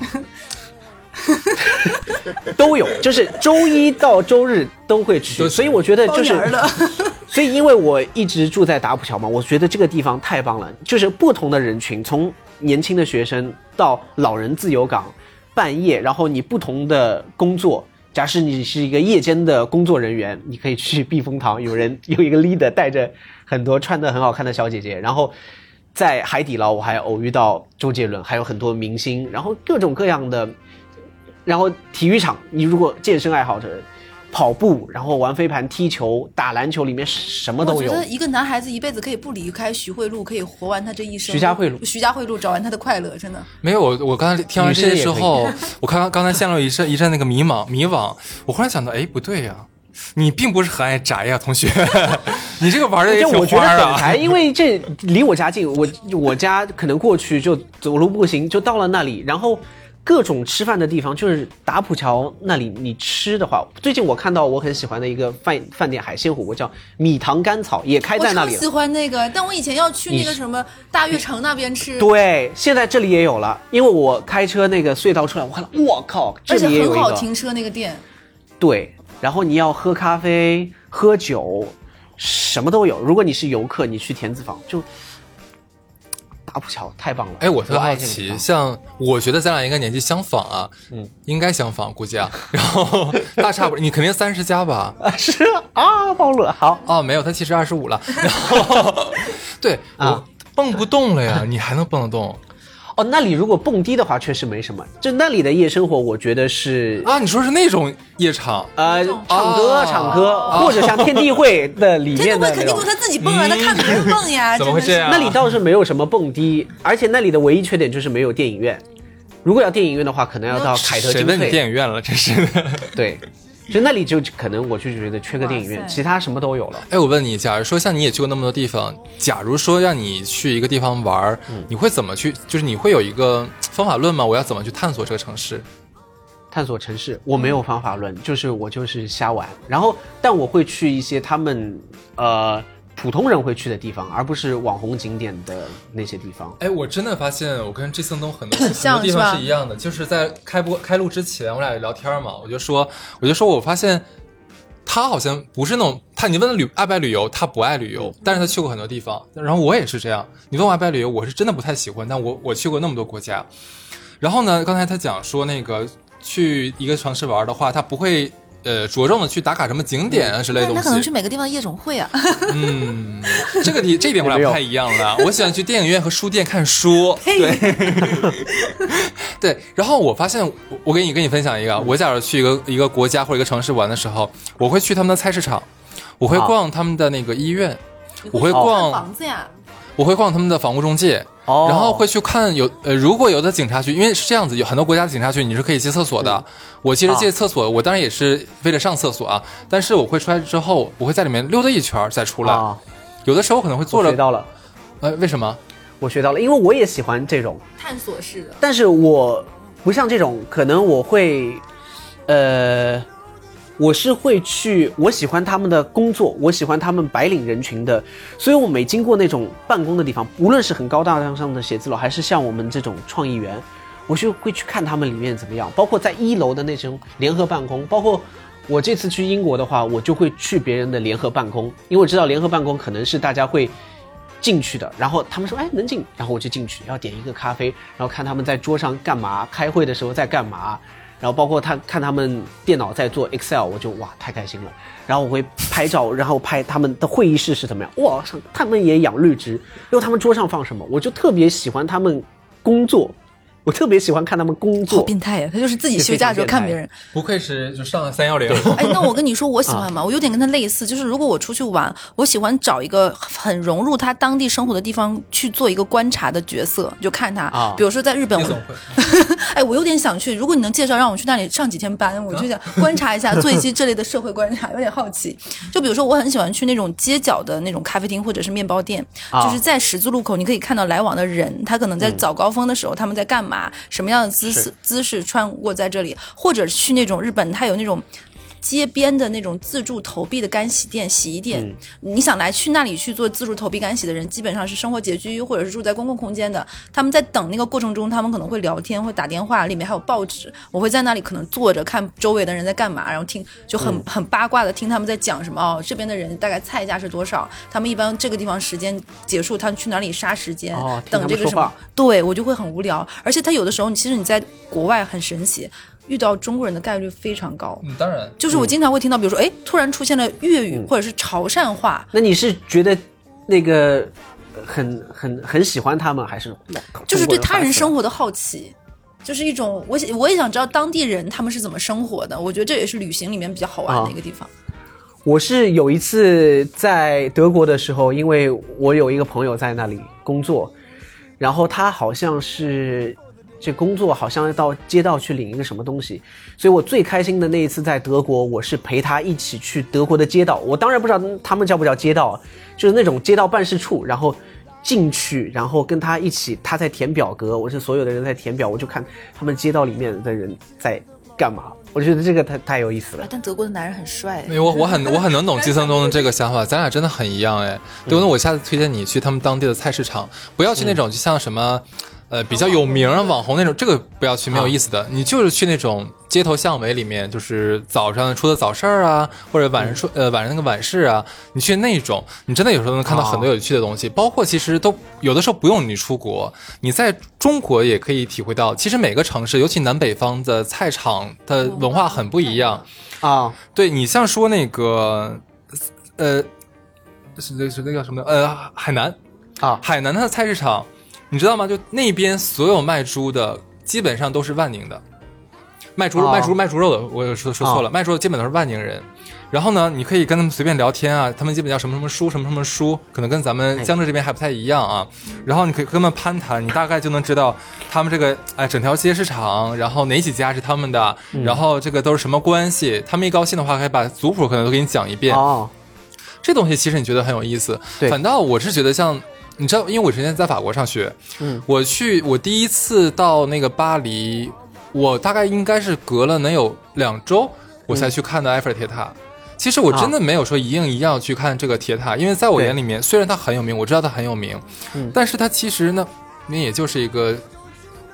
[SPEAKER 4] 都有，就是周一到周日都会
[SPEAKER 1] 都
[SPEAKER 4] 去，
[SPEAKER 1] 去
[SPEAKER 4] 所以我觉得
[SPEAKER 3] 包
[SPEAKER 4] 就是
[SPEAKER 3] 圆儿的，
[SPEAKER 4] 所以因为我一直住在打浦桥嘛，我觉得这个地方太棒了，就是不同的人群，从年轻的学生到老人自由港，半夜，然后你不同的工作。假使你是一个夜间的工作人员，你可以去避风塘，有人 有一个 leader 带着很多穿的很好看的小姐姐，然后在海底捞我还偶遇到周杰伦，还有很多明星，然后各种各样的然后体育场，你如果健身爱好者，跑步，然后玩飞盘、踢球、打篮球，里面什么都
[SPEAKER 3] 我觉
[SPEAKER 4] 有。
[SPEAKER 3] 得一个男孩子一辈子可以不离开徐汇路，可以活完他这一生。
[SPEAKER 4] 徐家汇路
[SPEAKER 3] 徐家汇路找完他的快乐，真的。
[SPEAKER 1] 没有，我我刚才听完这些之
[SPEAKER 4] 女
[SPEAKER 1] 后，我刚刚才陷入一阵一阵那个迷茫迷惘，我忽然想到，哎，不对呀、你并不是很爱宅呀、同学， 你这个玩的也
[SPEAKER 4] 就
[SPEAKER 1] 挺
[SPEAKER 4] 我觉得
[SPEAKER 1] 花儿
[SPEAKER 4] 本
[SPEAKER 1] 啊
[SPEAKER 4] 哎台，。因为这离我家近，我我家可能过去就走路步行就到了那里，然后各种吃饭的地方就是打浦桥那里，你吃的话，最近我看到我很喜欢的一个饭饭店海鲜火锅叫米塘甘草，也开
[SPEAKER 3] 我
[SPEAKER 4] 在那
[SPEAKER 3] 超
[SPEAKER 4] 里了
[SPEAKER 3] 喜。欢那个，但我以前要去那
[SPEAKER 4] 你
[SPEAKER 3] 个什么大悦城那边吃，
[SPEAKER 4] 对，现在这里也有了，因为我开车那个隧道出来，我看了，我靠，这
[SPEAKER 3] 而且
[SPEAKER 4] 里也有一
[SPEAKER 3] 很
[SPEAKER 4] 个。
[SPEAKER 3] 好停车那个店。
[SPEAKER 4] 对，然后你要喝咖啡、喝酒，什么都有。如果你是游客，你去田子坊就打浦桥，太棒了。
[SPEAKER 1] 哎，我特好
[SPEAKER 4] 爱这个地
[SPEAKER 1] 奇，
[SPEAKER 4] 方
[SPEAKER 1] 像我觉得咱俩应该年纪相仿啊，嗯，应该相仿，估计啊。然后大差不，你肯定三十加吧？
[SPEAKER 4] 啊， 是啊，暴露了。好，
[SPEAKER 1] 哦，没有，他其实二十五了。然后，对
[SPEAKER 4] 啊
[SPEAKER 1] 我蹦不动了呀，你还能蹦得动
[SPEAKER 4] 哦，那里如果蹦迪的话，确实没什么。就那里的夜生活，我觉得是。
[SPEAKER 1] 啊？你说是那种夜场？
[SPEAKER 3] 啊
[SPEAKER 4] 呃，唱歌，
[SPEAKER 1] 哦
[SPEAKER 4] 唱歌，或者像天地会的里
[SPEAKER 3] 天地
[SPEAKER 4] 面
[SPEAKER 3] 会啊肯
[SPEAKER 4] 的那
[SPEAKER 3] 定不
[SPEAKER 4] 种
[SPEAKER 3] 是，他自己蹦啊，他看别人蹦呀，
[SPEAKER 1] 嗯怎么会
[SPEAKER 3] 真的是
[SPEAKER 1] 这样啊
[SPEAKER 4] 那里倒是没有什么蹦迪，而且那里的唯一缺点就是没有电影院。如果要电影院的话，可能要到凯德
[SPEAKER 1] 谁
[SPEAKER 4] 金
[SPEAKER 1] 问你
[SPEAKER 4] 费。
[SPEAKER 1] 电影院了？真是的。
[SPEAKER 4] 对，就那里就可能我就觉得缺个电影
[SPEAKER 3] 哇
[SPEAKER 4] 院，
[SPEAKER 3] 塞
[SPEAKER 4] 其他什么都有了。
[SPEAKER 1] 哎，我问你，假如说像你也去过那么多地方，假如说让你去一个地方玩儿，你会怎么去？就是你会有一个方法论吗？我要怎么去探索这个城市？
[SPEAKER 4] 探索城市，我没有方法论，就是我就是瞎玩。然后，但我会去一些他们呃普通人会去的地方，而不是网红景点的那些地方。
[SPEAKER 1] 哎，我真的发现我跟 Jason 东很多很
[SPEAKER 3] 像
[SPEAKER 1] 多地
[SPEAKER 3] 是吧
[SPEAKER 1] 方是一样的，就是在开播开录之前，我俩聊天嘛，我就说，我就说我发现他好像不是那种他，你问他旅爱不爱旅游，他不爱旅
[SPEAKER 3] 嗯
[SPEAKER 1] 游，但是他去过很多地方。然后我也是这样，你问我爱不爱旅游，我是真的不太喜欢，但我我去过那么多国家。然后呢，刚才他讲说那个去一个城市玩的话，他不会。呃，着重的去打卡什么景点啊之类的东
[SPEAKER 3] 嗯那他
[SPEAKER 1] 西，
[SPEAKER 3] 可能去每个地方的夜总会啊，
[SPEAKER 1] 嗯， 这个你这一点我
[SPEAKER 4] 没
[SPEAKER 1] 俩
[SPEAKER 4] 有
[SPEAKER 1] 不太一样了。 我喜欢去电影院和书店看书，对， 对。然后我发现，我我给你跟你分享一个，
[SPEAKER 4] 嗯
[SPEAKER 1] 我假如去一个一个国家或者一个城市玩的时候，我会去他们的菜市场，我会
[SPEAKER 4] 啊
[SPEAKER 1] 逛他们的那个医院，
[SPEAKER 4] 嗯
[SPEAKER 1] 我
[SPEAKER 3] 你
[SPEAKER 1] 会
[SPEAKER 3] 去看
[SPEAKER 1] 逛
[SPEAKER 3] 房子呀。
[SPEAKER 1] 我会逛他们的房屋中介，
[SPEAKER 4] 哦
[SPEAKER 1] 然后会去看有呃，如果有的警察局，因为是这样子，有很多国家的警察局你是可以借厕所的。
[SPEAKER 4] 嗯
[SPEAKER 1] 我其实借厕所，我当然也是为了上厕所啊，但是我会出来之后，我会在里面溜达一圈儿再出来。
[SPEAKER 4] 啊，
[SPEAKER 1] 有的时候可能会坐
[SPEAKER 4] 我
[SPEAKER 1] 着
[SPEAKER 4] 学到了，
[SPEAKER 1] 呃，为什么？
[SPEAKER 4] 我学到了，因为我也喜欢这种，
[SPEAKER 3] 探索式的，
[SPEAKER 4] 但是我不像这种，可能我会，呃，我是会去，我喜欢他们的工作，我喜欢他们白领人群的，所以我每经过那种办公的地方，无论是很高大上的写字楼，还是像我们这种创意园，我就会去看他们里面怎么样，包括在一楼的那种联合办公，包括我这次去英国的话，我就会去别人的联合办公，因为我知道联合办公可能是大家会进去的，然后他们说哎能进，然后我就进去，然后点一个咖啡，然后看他们在桌上干嘛，开会的时候在干嘛，然后包括他看他们电脑在做 Excel，我就哇太开心了，然后我会拍照，然后拍他们的会议室是怎么样，哇他们也养绿植，然后他们桌上放什么，我就特别喜欢他们工作。我特别喜欢看他们工
[SPEAKER 3] 好
[SPEAKER 4] 作，
[SPEAKER 3] 变态呀！他就是自己休假的时候看别人。
[SPEAKER 1] 不愧是就上了三幺零，
[SPEAKER 3] 哎，那我跟你说，我
[SPEAKER 1] 啊
[SPEAKER 3] 喜欢嘛，我有点跟他类似，就是如果我出去玩，我喜欢找一个很融入他当地生活的地方去做一个观察的角色，就看他。
[SPEAKER 4] 啊
[SPEAKER 3] 比如说在日本，
[SPEAKER 1] 夜
[SPEAKER 3] 我
[SPEAKER 1] 总会。
[SPEAKER 3] 哎，我有点想去。如果你能介绍让我去那里上几天班，我就想观察一下，做一些这类的社会观察，有点好奇。就比如说，我很喜欢去那种街角的那种咖啡厅或者是面包店，
[SPEAKER 4] 啊
[SPEAKER 3] 就是在十字路口，你可以看到来往的人，他可能在
[SPEAKER 1] 嗯
[SPEAKER 3] 早高峰的时候他们在干嘛，什么样的姿势姿势穿过在这里，或者去那种日本，它有那种。街边的那种自助投币的干洗店、洗衣店，
[SPEAKER 4] 嗯
[SPEAKER 3] 你想来去那里去做自助投币干洗的人，基本上是生活拮据或者是住在公共空间的。他们在等那个过程中，他们可能会聊天，会打电话，里面还有报纸。我会在那里可能坐着看周围的人在干嘛，然后听就很、
[SPEAKER 4] 嗯
[SPEAKER 3] 很八卦的听他们在讲什么哦，这边的人大概菜价是多少，他们一般这个地方时间结束，他们去哪里杀时间，
[SPEAKER 4] 哦听他
[SPEAKER 3] 等
[SPEAKER 4] 们
[SPEAKER 3] 这个
[SPEAKER 4] 说
[SPEAKER 3] 什么
[SPEAKER 4] 话，
[SPEAKER 3] 对我就会很无聊。而且他有的时候，其实你在国外很神奇，遇到中国人的概率非常高。
[SPEAKER 1] 嗯，当然，
[SPEAKER 3] 就是我经常会听到，比如说，哎，突然出现了粤
[SPEAKER 4] 嗯
[SPEAKER 3] 语或者是潮汕话，
[SPEAKER 4] 那你是觉得那个呃很很很喜欢他们，还是
[SPEAKER 3] 就是对他人生
[SPEAKER 4] 活
[SPEAKER 3] 活的好奇，就是一种我想我也想知道当地人他们是怎么生活的。我觉得这也是旅行里面比较好
[SPEAKER 4] 啊
[SPEAKER 3] 玩的一个地方。
[SPEAKER 4] 我是有一次在德国的时候，因为我有一个朋友在那里工作，然后他好像是这工作好像要到街道去领一个什么东西，所以我最开心的那一次在德国，我是陪他一起去德国的街道。我当然不知道他们叫不叫街道，就是那种街道办事处，然后进去，然后跟他一起，他在填表格，我是所有的人在填表，我就看他们街道里面的人在干嘛。我觉得这个太太有意思了
[SPEAKER 3] 啊。但德国的男人很帅
[SPEAKER 1] 哎，我我很我很能懂季森东的这个想法，咱俩真的很一样哎。对，那我下次推荐你去他们当地的菜市场，不要去那种就像什么，呃，比较有名啊网红那种，这个不要去，没有意思的。你就是去那种街头巷尾里面，就是早上出的早市儿啊，或者晚上出呃晚上那个晚市啊，你去那种，你真的有时候能看到很多有趣的东西，包括其实都有的时候不用你出国，你在中国也可以体会到，其实每个城市，尤其南北方的菜场的文化很不一样。
[SPEAKER 4] 啊，
[SPEAKER 1] 对你像说那个，呃，是那是那叫什么？呃，海南
[SPEAKER 4] 啊
[SPEAKER 1] 海南它的菜市场，你知道吗？就那边所有卖猪的基本上都是万宁的，卖猪肉、
[SPEAKER 4] 哦
[SPEAKER 1] 卖猪卖猪肉的，我说说错了，卖猪肉基本都是万宁人。然后呢，你可以跟他们随便聊天啊，他们基本叫什么什么叔，什么什么叔，可能跟咱们
[SPEAKER 4] 哎
[SPEAKER 1] 江浙这边还不太一样啊。然后你可以跟他们攀谈，你大概就能知道他们这个哎整条街市场，然后哪几家是他们的，
[SPEAKER 4] 嗯
[SPEAKER 1] 然后这个都是什么关系。他们一高兴的话，可以把族谱可能都给你讲一遍。
[SPEAKER 4] 哦，
[SPEAKER 1] 这东西其实你觉得很有意思，
[SPEAKER 4] 对
[SPEAKER 1] 反倒我是觉得像。你知道，因为我之前在法国上学，
[SPEAKER 4] 嗯，
[SPEAKER 1] 我去我第一次到那个巴黎，我大概应该是隔了能有两周，我才去看的埃菲尔铁
[SPEAKER 4] 嗯
[SPEAKER 1] 塔。其实我真的没有说一定一定要去看这个铁塔，因为在我
[SPEAKER 4] 对
[SPEAKER 1] 眼里面，虽然它很有名，我知道它很有名，
[SPEAKER 4] 嗯
[SPEAKER 1] 但是它其实呢，那也就是一个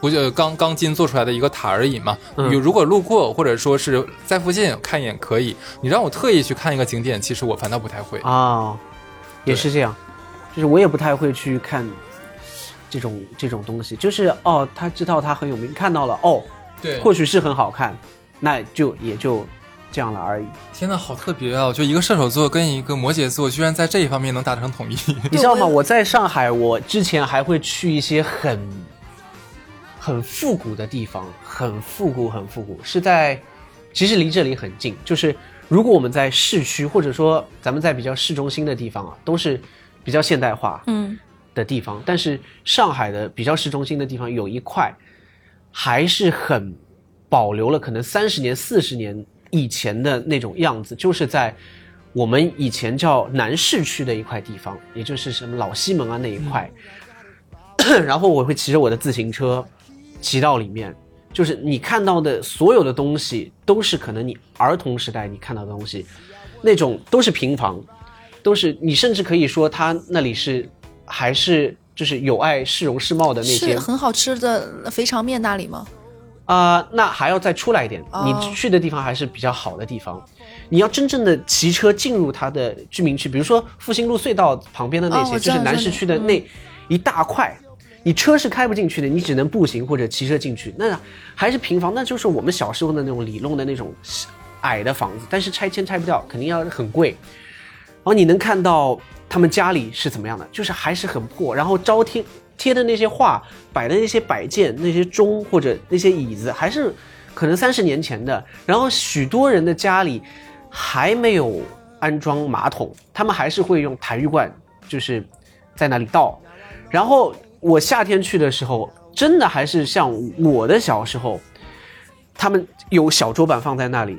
[SPEAKER 1] 不就钢钢筋做出来的一个塔而已嘛。
[SPEAKER 4] 嗯
[SPEAKER 1] 你如果路过或者说是在附近看一眼可以，你让我特意去看一个景点，其实我反倒不太会。
[SPEAKER 4] 啊，也
[SPEAKER 1] 对
[SPEAKER 4] 是这样，就是我也不太会去看这种这种东西，就是哦，他知道他很有名，看到了哦，
[SPEAKER 1] 对
[SPEAKER 4] 或许是很好看，那就也就这样了而已。
[SPEAKER 1] 天呐，好特别啊！就一个射手座跟一个摩羯座，居然在这一方面能达成统一。
[SPEAKER 4] 你知道吗？
[SPEAKER 3] 我也
[SPEAKER 4] 我在上海，我之前还会去一些很很复古的地方，很复古，很复古，是在其实离这里很近。就是如果我们在市区，或者说咱们在比较市中心的地方啊，都是比较现代化，
[SPEAKER 3] 嗯，
[SPEAKER 4] 的地方，但是上海的比较市中心的地方有一块还是很保留了可能三十年、四十年以前的那种样子，就是在我们以前叫南市区的一块地方，也就是什么老西门啊那一块。然后我会骑着我的自行车骑到里面，就是你看到的所有的东西都是可能你儿童时代你看到的东西，那种都是平房，都是你甚至可以说它那里是还是就是友爱市容市貌的那些
[SPEAKER 3] 是很好吃的肥肠面那里吗？
[SPEAKER 4] 啊、那还要再出来一点，
[SPEAKER 3] 哦
[SPEAKER 4] 你去的地方还是比较好的地方。你要真正的骑车进入它的居民区，比如说复兴路隧道旁边的那
[SPEAKER 3] 哦
[SPEAKER 4] 些，
[SPEAKER 3] 我知
[SPEAKER 4] 就
[SPEAKER 3] 道
[SPEAKER 4] 是南市区的那一大块，你车是开不进去的，你只能步行或者骑车进去。那还是平房，那就是我们小时候的那种里弄的那种矮的房子，但是拆迁拆不掉，肯定要很贵。然后你能看到他们家里是怎么样的，就是还是很破，然后招贴贴的那些画、摆的那些摆件、那些钟或者那些椅子，还是可能三十年前的。然后许多人的家里还没有安装马桶，他们还是会用痰盂罐，就是在那里倒。然后我夏天去的时候，真的还是像我的小时候，他们有小桌板放在那里，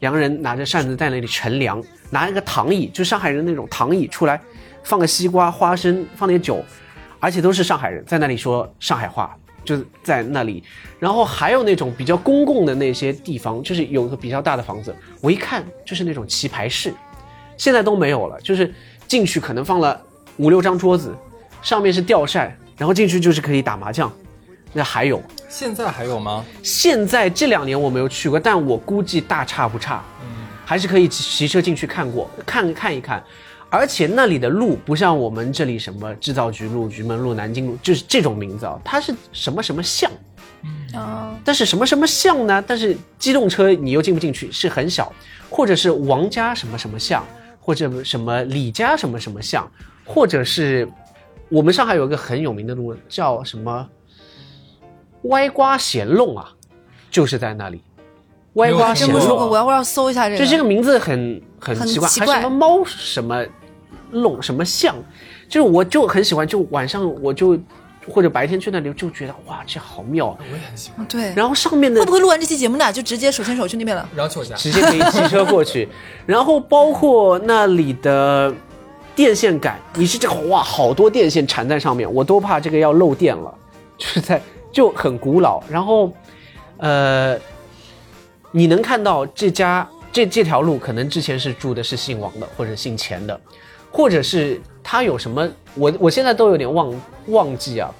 [SPEAKER 4] 洋人拿着扇子在那里乘凉，拿一个躺椅，就上海人那种躺椅出来，放个西瓜、花生，放点酒，而且都是上海人在那里说上海话，就是在那里。然后还有那种比较公共的那些地方，就是有个比较大的房子，我一看就是那种棋牌室，现在都没有了，就是进去可能放了五六张桌子，上面是吊扇，然后进去就是可以打麻将。那还有，
[SPEAKER 1] 现在还有吗？
[SPEAKER 4] 现在这两年我没有去过，但我估计大差不差，还是可以骑骑车进去看过，看看一看。而且那里的路不像我们这里什么制造局路、局门路、南京路，就是这种名字啊，它是什么什么巷。嗯
[SPEAKER 3] 啊，
[SPEAKER 4] 但是什么什么巷呢？但是机动车你又进不进去，是很小，或者是王家什么什么巷，或者什么李家什么什么巷，或者是我们上海有一个很有名的路叫什么歪瓜咸弄啊，就是在那里，歪瓜
[SPEAKER 1] 没有
[SPEAKER 4] 咸
[SPEAKER 3] 真不
[SPEAKER 1] 闲
[SPEAKER 3] 说
[SPEAKER 1] 弄
[SPEAKER 3] 过，我
[SPEAKER 4] 弄，
[SPEAKER 3] 要我要搜一下这
[SPEAKER 4] 就
[SPEAKER 3] 个。
[SPEAKER 4] 这个名字很很
[SPEAKER 3] 很
[SPEAKER 4] 奇怪，
[SPEAKER 3] 奇
[SPEAKER 4] 还
[SPEAKER 3] 怪
[SPEAKER 4] 什么猫什么弄什么巷，就是我就很喜欢，就晚上我就或者白天去那里就觉得哇，这好妙啊。
[SPEAKER 1] 我也很喜欢。
[SPEAKER 3] 对，
[SPEAKER 4] 然后上面的
[SPEAKER 3] 会不会录完这期节目，俩就直接手牵手去那边了？
[SPEAKER 1] 然后去我家，
[SPEAKER 4] 直接可以骑车过去。然后包括那里的电线杆，你是这哇，好多电线缠在上面，我都怕这个要漏电了， 就是在就很古老。然后，呃，你能看到这家这这条路可能之前是住的是姓王的或者姓钱的，或者是他有什么，我我现在都有点忘忘记啊，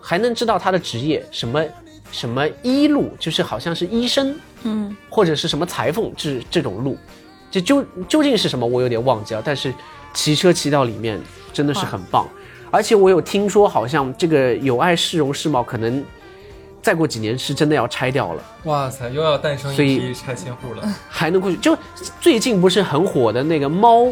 [SPEAKER 4] 还能知道他的职业什么。什么医路，就是好像是医生，
[SPEAKER 3] 嗯，
[SPEAKER 4] 或者是什么裁缝这这种路，这究究竟是什么，我有点忘记了。但是骑车骑到里面真的是很棒，而且我有听说，好像这个友爱市容市貌可能再过几年是真的要拆掉了，
[SPEAKER 1] 哇塞，又要诞生一
[SPEAKER 4] 所以
[SPEAKER 1] 批拆迁户了。
[SPEAKER 4] 还能过去。就最近不是很火的那个猫，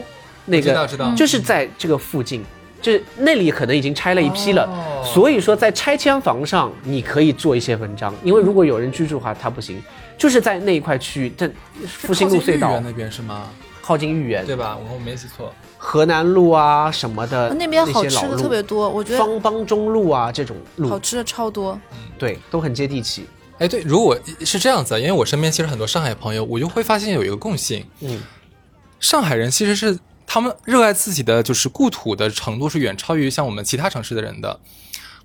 [SPEAKER 4] 那
[SPEAKER 1] 知道
[SPEAKER 4] 个
[SPEAKER 1] 知道
[SPEAKER 4] 就是在这个附近。就是那里可能已经拆了一批了，
[SPEAKER 1] 哦
[SPEAKER 4] 所以说在拆迁房上你可以做一些文章，因为如果有人居住的话，它不行。就是在那一块区域，但复兴路
[SPEAKER 1] 靠近
[SPEAKER 4] 隧
[SPEAKER 1] 豫
[SPEAKER 4] 道
[SPEAKER 1] 园那边是吗？
[SPEAKER 4] 靠近豫园，
[SPEAKER 1] 对吧？我没记错。
[SPEAKER 4] 河南路啊什么的，
[SPEAKER 3] 那边好
[SPEAKER 4] 些老
[SPEAKER 3] 吃的
[SPEAKER 4] 路
[SPEAKER 3] 特别多，我觉得
[SPEAKER 4] 方帮中路啊这种
[SPEAKER 3] 好
[SPEAKER 4] 路，
[SPEAKER 3] 吃的超多。
[SPEAKER 4] 对，都很接地气。
[SPEAKER 1] 哎，对，如果是这样子，啊，因为我身边其实很多上海朋友，我就会发现有一个共性，
[SPEAKER 4] 嗯，
[SPEAKER 1] 上海人其实是他们热爱自己的就是故土的程度是远超于像我们其他城市的人的。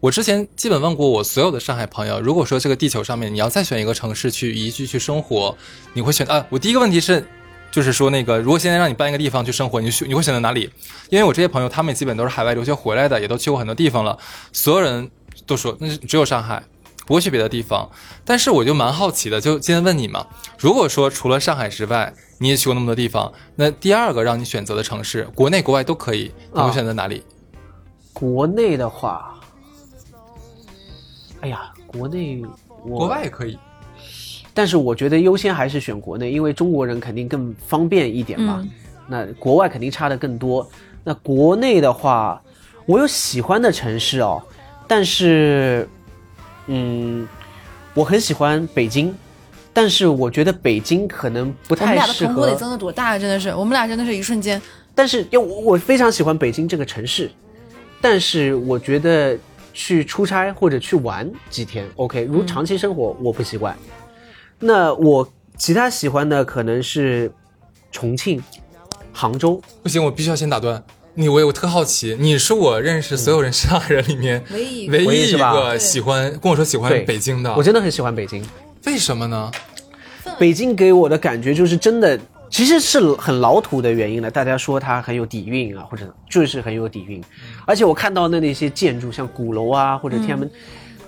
[SPEAKER 1] 我之前基本问过我所有的上海朋友，如果说这个地球上面你要再选一个城市去移居去生活，你会选啊？我第一个问题是，就是说那个如果现在让你搬一个地方去生活，你选你会选择哪里？因为我这些朋友他们也基本都是海外留学回来的，也都去过很多地方了，所有人都说那是只有上海，不会去别的地方。但是我就蛮好奇的，就今天问你嘛，如果说除了上海之外，你也去过那么多地方，那第二个让你选择的城市，国内国外都可以，你会
[SPEAKER 4] 啊
[SPEAKER 1] 选择哪里？
[SPEAKER 4] 国内的话，哎呀，国内我
[SPEAKER 1] 国外，也可以。
[SPEAKER 4] 但是我觉得优先还是选国内，因为中国人肯定更方便一点嘛。
[SPEAKER 3] 嗯
[SPEAKER 4] 那国外肯定差的更多。那国内的话，我有喜欢的城市哦，但是，嗯，我很喜欢北京，但是我觉得北京可能不
[SPEAKER 3] 我们
[SPEAKER 4] 太
[SPEAKER 3] 俩的
[SPEAKER 4] 适
[SPEAKER 3] 鸿沟得
[SPEAKER 4] 合。
[SPEAKER 3] 增的多大啊！真的是，我们俩真的是一瞬间。
[SPEAKER 4] 但是要我我非常喜欢北京这个城市，但是我觉得去出差或者去玩几天，OK，如长期生活我不习惯。那我其他喜欢的可能是重庆、杭州，
[SPEAKER 1] 不行，我必须要先打断你。我有特好奇，你是我认识所有人上海人里面
[SPEAKER 3] 唯一一个
[SPEAKER 1] 唯
[SPEAKER 4] 唯
[SPEAKER 1] 一
[SPEAKER 4] 一
[SPEAKER 1] 一
[SPEAKER 4] 是吧
[SPEAKER 1] 个
[SPEAKER 3] 对
[SPEAKER 1] 喜欢跟我说喜欢
[SPEAKER 4] 对
[SPEAKER 1] 北京的
[SPEAKER 4] 我，真的很喜欢北京。
[SPEAKER 1] 为什么呢？
[SPEAKER 4] 北京给我的感觉就是真的其实是很老土的原因了。大家说它很有底蕴啊，或者就是很有底蕴。
[SPEAKER 1] 嗯
[SPEAKER 4] 而且我看到的那些建筑，像鼓楼啊，或者天安门，
[SPEAKER 1] 嗯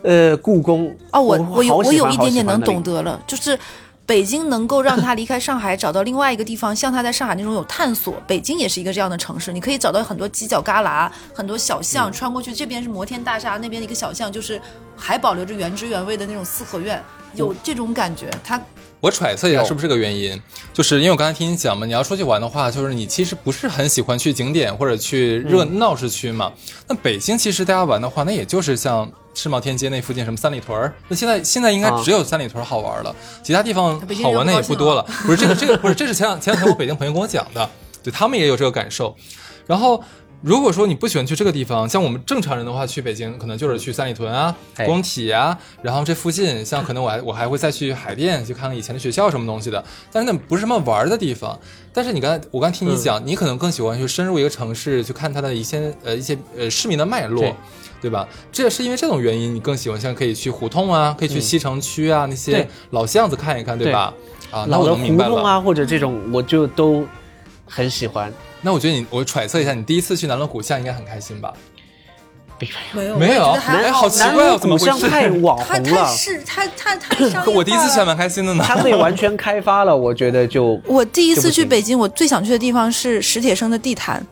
[SPEAKER 4] 呃，故宫
[SPEAKER 3] 哦，我
[SPEAKER 4] 我
[SPEAKER 3] 有
[SPEAKER 4] 好喜
[SPEAKER 3] 我有
[SPEAKER 4] 欢
[SPEAKER 3] 一点点能懂。
[SPEAKER 4] 好喜欢那里
[SPEAKER 3] 得了，就是北京能够让他离开上海，找到另外一个地方，像他在上海那种有探索。北京也是一个这样的城市，你可以找到很多犄角旮旯，很多小巷，穿过去这边是摩天大厦，那边一个小巷就是还保留着原汁原味的那种四合院，有这种感觉。它
[SPEAKER 1] 我揣测一下是不是这个原因，就是因为我刚才听你讲嘛，你要出去玩的话，就是你其实不是很喜欢去景点或者去热闹市区嘛。那北京其实大家玩的话，那也就是像世贸天阶那附近什么三里屯儿，那现在现在应该
[SPEAKER 4] 啊
[SPEAKER 1] 只有三里屯好玩了，其他地方
[SPEAKER 3] 北京
[SPEAKER 1] 好
[SPEAKER 3] 人
[SPEAKER 1] 玩的也
[SPEAKER 3] 不高
[SPEAKER 1] 不
[SPEAKER 3] 兴
[SPEAKER 1] 多了。不是这个这个不是，这是前两前两天我北京朋友跟我讲的，对他们也有这个感受。然后如果说你不喜欢去这个地方，像我们正常人的话，去北京可能就是去三里屯啊、
[SPEAKER 4] 哎
[SPEAKER 1] 工体啊，然后这附近，像可能我还我还会再去海淀去看看以前的学校什么东西的，但是那不是什么玩儿的地方。但是你刚才我刚
[SPEAKER 4] 嗯
[SPEAKER 1] 听你讲，你可能更喜欢去深入一个城市去看它的一些呃一些呃市民的脉络
[SPEAKER 4] 对。
[SPEAKER 1] 对吧？这也是因为这种原因，你更喜欢像可以去胡同啊，可以去西城区啊、那些
[SPEAKER 4] 嗯对
[SPEAKER 1] 老巷子看一看，对
[SPEAKER 4] 对
[SPEAKER 1] 吧？啊，那
[SPEAKER 4] 老
[SPEAKER 1] 我
[SPEAKER 4] 的
[SPEAKER 1] 能
[SPEAKER 4] 胡
[SPEAKER 1] 明白了
[SPEAKER 4] 同。啊，或者这种，我就都很喜欢。
[SPEAKER 1] 那我觉得你，我揣测一下，你第一次去南锣鼓巷应该很开心吧？
[SPEAKER 3] 没有
[SPEAKER 1] 没有
[SPEAKER 3] 我觉得还
[SPEAKER 1] 哎
[SPEAKER 3] 好
[SPEAKER 1] 好奇怪
[SPEAKER 4] 南
[SPEAKER 1] 哦
[SPEAKER 4] 锣
[SPEAKER 1] 怎么
[SPEAKER 4] 鼓
[SPEAKER 1] 回
[SPEAKER 4] 巷
[SPEAKER 1] 事
[SPEAKER 4] 太网
[SPEAKER 3] 它
[SPEAKER 4] 红啊
[SPEAKER 3] 太
[SPEAKER 4] 了，
[SPEAKER 3] 是它它太商
[SPEAKER 1] 可
[SPEAKER 3] 业
[SPEAKER 1] 我第一次去还
[SPEAKER 3] 啊化了。
[SPEAKER 1] 蛮开心的呢。
[SPEAKER 4] 它被完全开发了，我觉得就
[SPEAKER 3] 我第一
[SPEAKER 4] 就
[SPEAKER 3] 次
[SPEAKER 4] 不
[SPEAKER 3] 去
[SPEAKER 4] 行
[SPEAKER 3] 北京，我最想去的地方是史铁生的地坛，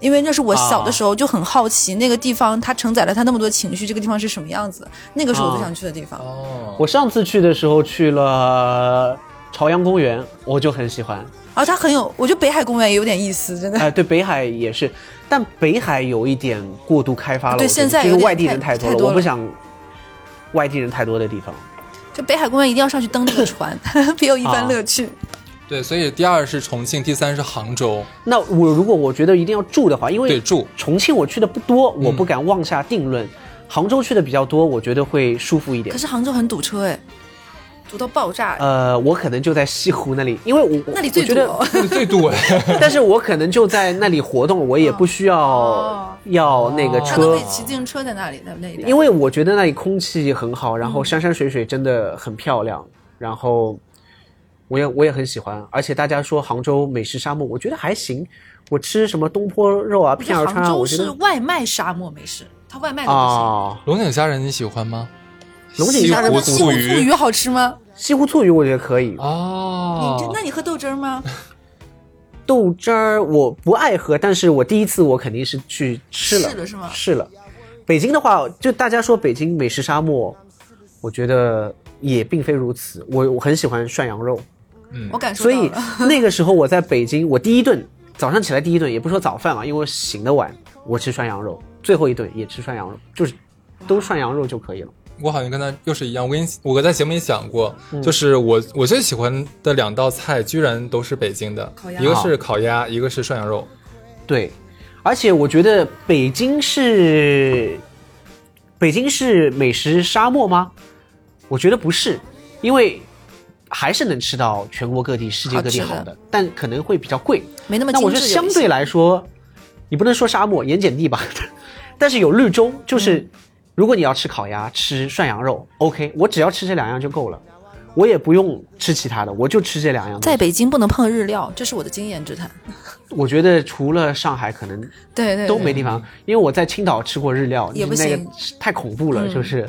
[SPEAKER 3] 因为那是我小
[SPEAKER 4] 啊
[SPEAKER 3] 的时候就很好奇、那个地方，它承载了他那么多情绪，这个地方是什么样子，那个是
[SPEAKER 4] 啊
[SPEAKER 3] 我最想去的地方。
[SPEAKER 1] 哦，
[SPEAKER 4] 我上次去的时候去了朝阳公园，我就很喜欢。
[SPEAKER 3] 然后它很有，我觉得北海公园也有点意思，真的。
[SPEAKER 4] 哎、对，北海也是，但北海有一点过度开发了。
[SPEAKER 3] 对
[SPEAKER 4] 我觉得
[SPEAKER 3] 现在
[SPEAKER 4] 就
[SPEAKER 3] 有
[SPEAKER 4] 是
[SPEAKER 3] 点
[SPEAKER 4] 外地人
[SPEAKER 3] 太
[SPEAKER 4] 多了，
[SPEAKER 3] 太多
[SPEAKER 4] 我不
[SPEAKER 3] 了
[SPEAKER 4] 想外地人太多的地方。
[SPEAKER 3] 就北海公园一定要上去登那个 船，别有一
[SPEAKER 4] 啊
[SPEAKER 3] 番乐趣。
[SPEAKER 1] 对，所以第二是重庆，第三是杭州。
[SPEAKER 4] 那我如果我觉得一定要住的话，因
[SPEAKER 1] 对
[SPEAKER 4] 为
[SPEAKER 1] 住嗯
[SPEAKER 4] 重庆我去的不多，我不敢妄下定论。杭州去的比较多，我觉得会舒服一点
[SPEAKER 3] 可。是杭州很堵车哎，堵到爆炸，
[SPEAKER 4] 呃，我可能就在西湖那里，因为我我
[SPEAKER 3] 那里最
[SPEAKER 4] 我觉
[SPEAKER 3] 堵
[SPEAKER 4] 得
[SPEAKER 3] 哦。
[SPEAKER 1] 那最多哎，
[SPEAKER 4] 但是我可能就在那里活动，我也不需要、
[SPEAKER 3] 哦
[SPEAKER 4] 要那个
[SPEAKER 3] 他都
[SPEAKER 4] 车
[SPEAKER 3] 可以，骑自行车在那里，在那里。
[SPEAKER 4] 因为我觉得那里空气很好，然后山山水水真的很漂亮，然后我也我也很喜欢，而且大家说杭州美食沙漠，我觉得还行。我吃什么东坡肉啊、片儿
[SPEAKER 3] 杭
[SPEAKER 4] 川啊，
[SPEAKER 3] 州
[SPEAKER 4] 我觉
[SPEAKER 3] 是
[SPEAKER 4] 得
[SPEAKER 3] 外卖沙漠美食，它外卖都不行。
[SPEAKER 4] 啊，
[SPEAKER 1] 龙井虾仁你喜欢吗？
[SPEAKER 4] 龙井虾
[SPEAKER 1] 西
[SPEAKER 4] 仁
[SPEAKER 1] 湖
[SPEAKER 4] 我
[SPEAKER 3] 西湖
[SPEAKER 1] 醋
[SPEAKER 3] 醋
[SPEAKER 1] 鱼
[SPEAKER 3] 鱼好吃吗？
[SPEAKER 4] 西湖醋鱼我觉得可以，
[SPEAKER 1] 哦
[SPEAKER 4] 啊
[SPEAKER 3] 你这，那你喝豆汁儿吗？
[SPEAKER 4] 豆汁儿我不爱喝，但是我第一次我肯定是去吃了，
[SPEAKER 3] 试了是吗
[SPEAKER 4] 试了。北京的话，就大家说北京美食沙漠，我觉得也并非如此。我我很喜欢涮羊肉，
[SPEAKER 1] 嗯
[SPEAKER 3] 我感受
[SPEAKER 4] 所
[SPEAKER 3] 到
[SPEAKER 4] 以
[SPEAKER 3] 了。
[SPEAKER 4] 那个时候我在北京，我第一顿早上起来第一顿也不说早饭啊，因为我醒得晚，我吃涮羊肉，最后一顿也吃涮羊肉，就是都涮羊肉就可以了。
[SPEAKER 1] 我好像跟他又是一样。我跟你，我在节目里讲过，
[SPEAKER 3] 嗯
[SPEAKER 1] 就是我我最喜欢的两道菜，居然都是北京的
[SPEAKER 3] 烤，鸭
[SPEAKER 1] 一个是烤鸭，一个是涮羊肉。
[SPEAKER 4] 对，而且我觉得北京是北京是美食沙漠吗？我觉得不是，因为还是能吃到全国各地、世界各地
[SPEAKER 3] 好吃
[SPEAKER 4] 好
[SPEAKER 3] 的
[SPEAKER 4] 的，但可能会比较贵。
[SPEAKER 3] 没那么
[SPEAKER 4] 那
[SPEAKER 3] 精致。
[SPEAKER 4] 我觉得相
[SPEAKER 3] 有一些
[SPEAKER 4] 对来说，你不能说沙漠盐碱地吧， 但是有绿洲，
[SPEAKER 3] 嗯
[SPEAKER 4] 就是如果你要吃烤鸭、吃涮羊肉，OK，我只要吃这两样就够了，我也不用吃其他的，我就吃这两样东
[SPEAKER 3] 在
[SPEAKER 4] 西。
[SPEAKER 3] 北京不能碰日料，这是我的经验之谈。
[SPEAKER 4] 我觉得除了上海，可能
[SPEAKER 3] 对对
[SPEAKER 4] 都没地方，因为我在青岛吃过日料，
[SPEAKER 3] 嗯也不
[SPEAKER 4] 那个
[SPEAKER 3] 行嗯
[SPEAKER 4] 太恐怖 了，就是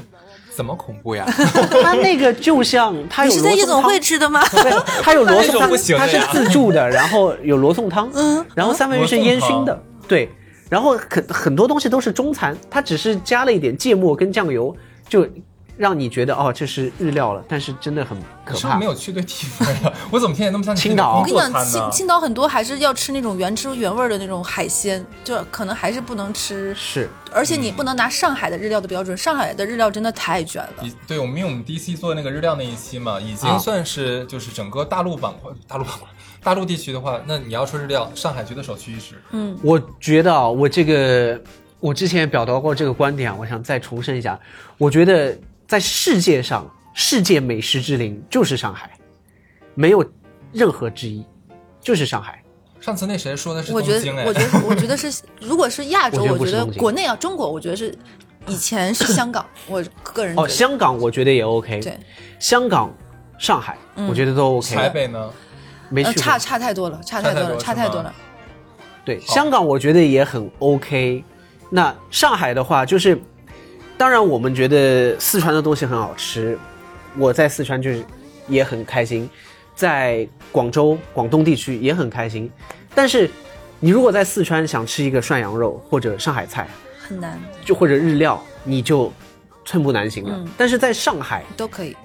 [SPEAKER 1] 怎么恐怖呀？
[SPEAKER 4] 它那个就像它有
[SPEAKER 3] 你是在
[SPEAKER 4] 罗
[SPEAKER 3] 夜
[SPEAKER 4] 宋
[SPEAKER 3] 总
[SPEAKER 4] 汤
[SPEAKER 3] 会。吃的吗？
[SPEAKER 4] 对，它有罗
[SPEAKER 1] 那
[SPEAKER 4] 宋
[SPEAKER 1] 种
[SPEAKER 4] 汤
[SPEAKER 1] 不行，的
[SPEAKER 4] 它是
[SPEAKER 1] 呀
[SPEAKER 4] 自助的，然后有罗宋汤，嗯，然后三文鱼是烟
[SPEAKER 1] 罗
[SPEAKER 4] 熏
[SPEAKER 1] 宋
[SPEAKER 4] 的，对，然后很很多东西都是中餐，它只是加了一点芥末跟酱油，就让你觉得哦这是日料了，但是真的很
[SPEAKER 1] 是
[SPEAKER 4] 可
[SPEAKER 1] 不是
[SPEAKER 4] 怕
[SPEAKER 1] 没。有去对地方呀？ 我怎么听起来那么像
[SPEAKER 4] 青
[SPEAKER 1] 工
[SPEAKER 4] 岛
[SPEAKER 3] 我跟你
[SPEAKER 1] 作餐
[SPEAKER 3] 讲，
[SPEAKER 1] 呢？
[SPEAKER 3] 青青岛很多还是要吃那种原汁原味儿的那种海鲜，就可能还是不能吃，
[SPEAKER 4] 是，
[SPEAKER 3] 而且
[SPEAKER 1] 嗯
[SPEAKER 3] 你不能拿上海的日料的标准，上海的日料真的太卷了。
[SPEAKER 1] 已对，我们因为我们第一期做那个日料那一期嘛，已经
[SPEAKER 4] 啊
[SPEAKER 1] 算是就是整个大陆板块、大陆板块、大陆地区的话，那你要说日料，上海区的首屈一指。
[SPEAKER 3] 嗯
[SPEAKER 4] 我觉得啊，我这个我之前也表达过这个观点啊，我想再重申一下，我觉得在世界上，世界美食之林就是上海，没有任何之一，就是上海。
[SPEAKER 1] 上次那谁说的是
[SPEAKER 3] 我
[SPEAKER 1] 东
[SPEAKER 3] 觉
[SPEAKER 1] 京
[SPEAKER 3] 得，
[SPEAKER 1] 哎，
[SPEAKER 3] 我觉得，我觉得是，如果是亚洲，
[SPEAKER 4] 我觉得
[SPEAKER 3] 我
[SPEAKER 4] 不
[SPEAKER 3] 觉
[SPEAKER 4] 是
[SPEAKER 3] 得
[SPEAKER 4] 东京
[SPEAKER 3] 国内啊，中国，我觉得是以前是香 港，我个人觉
[SPEAKER 4] 哦，
[SPEAKER 3] 得
[SPEAKER 4] 香港我觉得也 OK，
[SPEAKER 3] 对，
[SPEAKER 4] 香港、上海，我觉得都 OK。
[SPEAKER 1] 台北呢？
[SPEAKER 4] 没
[SPEAKER 3] 嗯
[SPEAKER 4] 去
[SPEAKER 3] 呃
[SPEAKER 4] 过。
[SPEAKER 3] 差差太多了，差太多了，
[SPEAKER 1] 差
[SPEAKER 3] 差太
[SPEAKER 1] 太
[SPEAKER 3] 多
[SPEAKER 1] 多了是吗
[SPEAKER 3] 了。
[SPEAKER 4] 对，香港我觉得也很 OK。那上海的话，就是当然我们觉得四川的东西很好吃，我在四川就是也很开心，在广州广东地区也很开心。但是你如果在四川想吃一个涮羊肉或者上海菜，
[SPEAKER 3] 很难，
[SPEAKER 4] 就或者日料，你就寸步难行了。
[SPEAKER 3] 嗯
[SPEAKER 4] 但是在上海，
[SPEAKER 3] 都可以。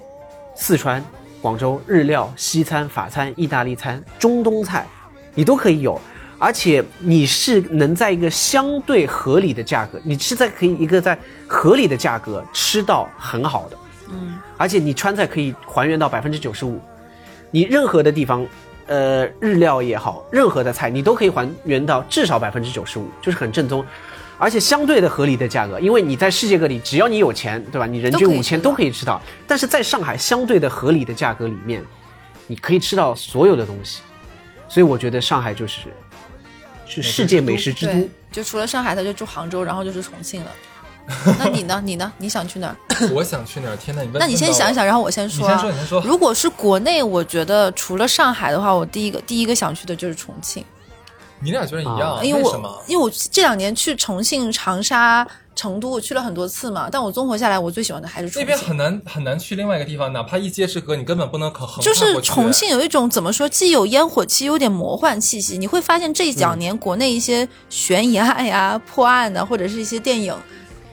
[SPEAKER 4] 四川、广州日料、西餐、法餐、意大利餐、中东菜，你都可以有，而且你是能在一个相对合理的价格，你是在可以一个在合理的价格吃到很好的，嗯，而且你川菜可以还原到百分之九十五，你任何的地方。呃，日料也好，任何的菜你都可以还原到至少百分之九十五，就是很正宗，而且相对的合理的价格，因为你在世界各地，只要你有钱，对吧？你人均
[SPEAKER 3] 都可以
[SPEAKER 4] 五
[SPEAKER 3] 吃
[SPEAKER 4] 千都可以吃到，但是在上海相对的合理的价格里面，你可以吃到所有的东西，所以我觉得上海就是是世界美食之
[SPEAKER 3] 对
[SPEAKER 4] 都。，
[SPEAKER 3] 就除了上海，他就住杭州，然后就是重 庆了。那你呢？你呢？你想去哪儿？
[SPEAKER 1] 我想去哪儿？天哪，你问哦
[SPEAKER 3] 啊那你先想一想，然后我先说、啊。
[SPEAKER 1] 你先说你先说
[SPEAKER 3] 如果是国内，我觉得除了上海的话，我第一个第一个想去的就是重庆，
[SPEAKER 1] 你俩居然一
[SPEAKER 4] 啊
[SPEAKER 1] 样，
[SPEAKER 3] 因为
[SPEAKER 1] 为什
[SPEAKER 3] 我
[SPEAKER 1] 么？
[SPEAKER 3] 因为我这两年去重庆、长沙、成都我去了很多次嘛，但我综合下来，我最喜欢的还是重
[SPEAKER 1] 那
[SPEAKER 3] 庆。
[SPEAKER 1] 边很难很难去另外一个地方，哪怕一街之隔，你根本不能横横
[SPEAKER 3] 就
[SPEAKER 1] 跨
[SPEAKER 3] 是
[SPEAKER 1] 过去啊
[SPEAKER 3] 重庆有一种怎么说，既有烟火气，又有点魔幻气息。你会发现这
[SPEAKER 1] 嗯
[SPEAKER 3] 两年国内一些悬疑案呀、 破案呐，或者是一些电影，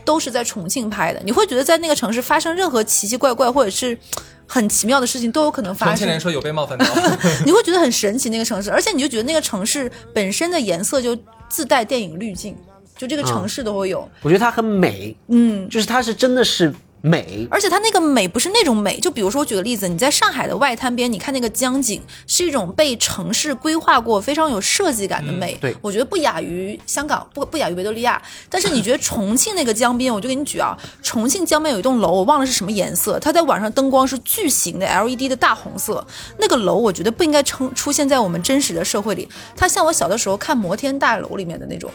[SPEAKER 3] 都是在重庆拍的。你会觉得在那个城市发生任何奇奇怪怪或者是很奇妙的事情都有可能发
[SPEAKER 1] 重
[SPEAKER 3] 生
[SPEAKER 1] 庆。人说有被冒 犯到，
[SPEAKER 3] 你会觉得很神奇那个城市，而且你就觉得那个城市本身的颜色就自带电影滤镜，就这个
[SPEAKER 1] 嗯
[SPEAKER 3] 城市都会有。
[SPEAKER 4] 我觉得它很美，
[SPEAKER 3] 嗯，
[SPEAKER 4] 就是它是真的是美，
[SPEAKER 3] 而且它那个美不是那种美，就比如说我举个例子，你在上海的外滩边，你看那个江景，是一种被城市规划过、非常有设计感的美。
[SPEAKER 4] 对
[SPEAKER 3] 我觉得不亚于香港，不不亚于维多利亚。但是你觉得重庆那个江边，我就给你举啊，重庆江边有一栋楼，我忘了是什么颜色，它在晚上灯光是巨型的 LED 的大红色，那个楼我觉得不应该称出现在我们真实的社会里，它像我小的时候看《摩天大楼》里面的那种。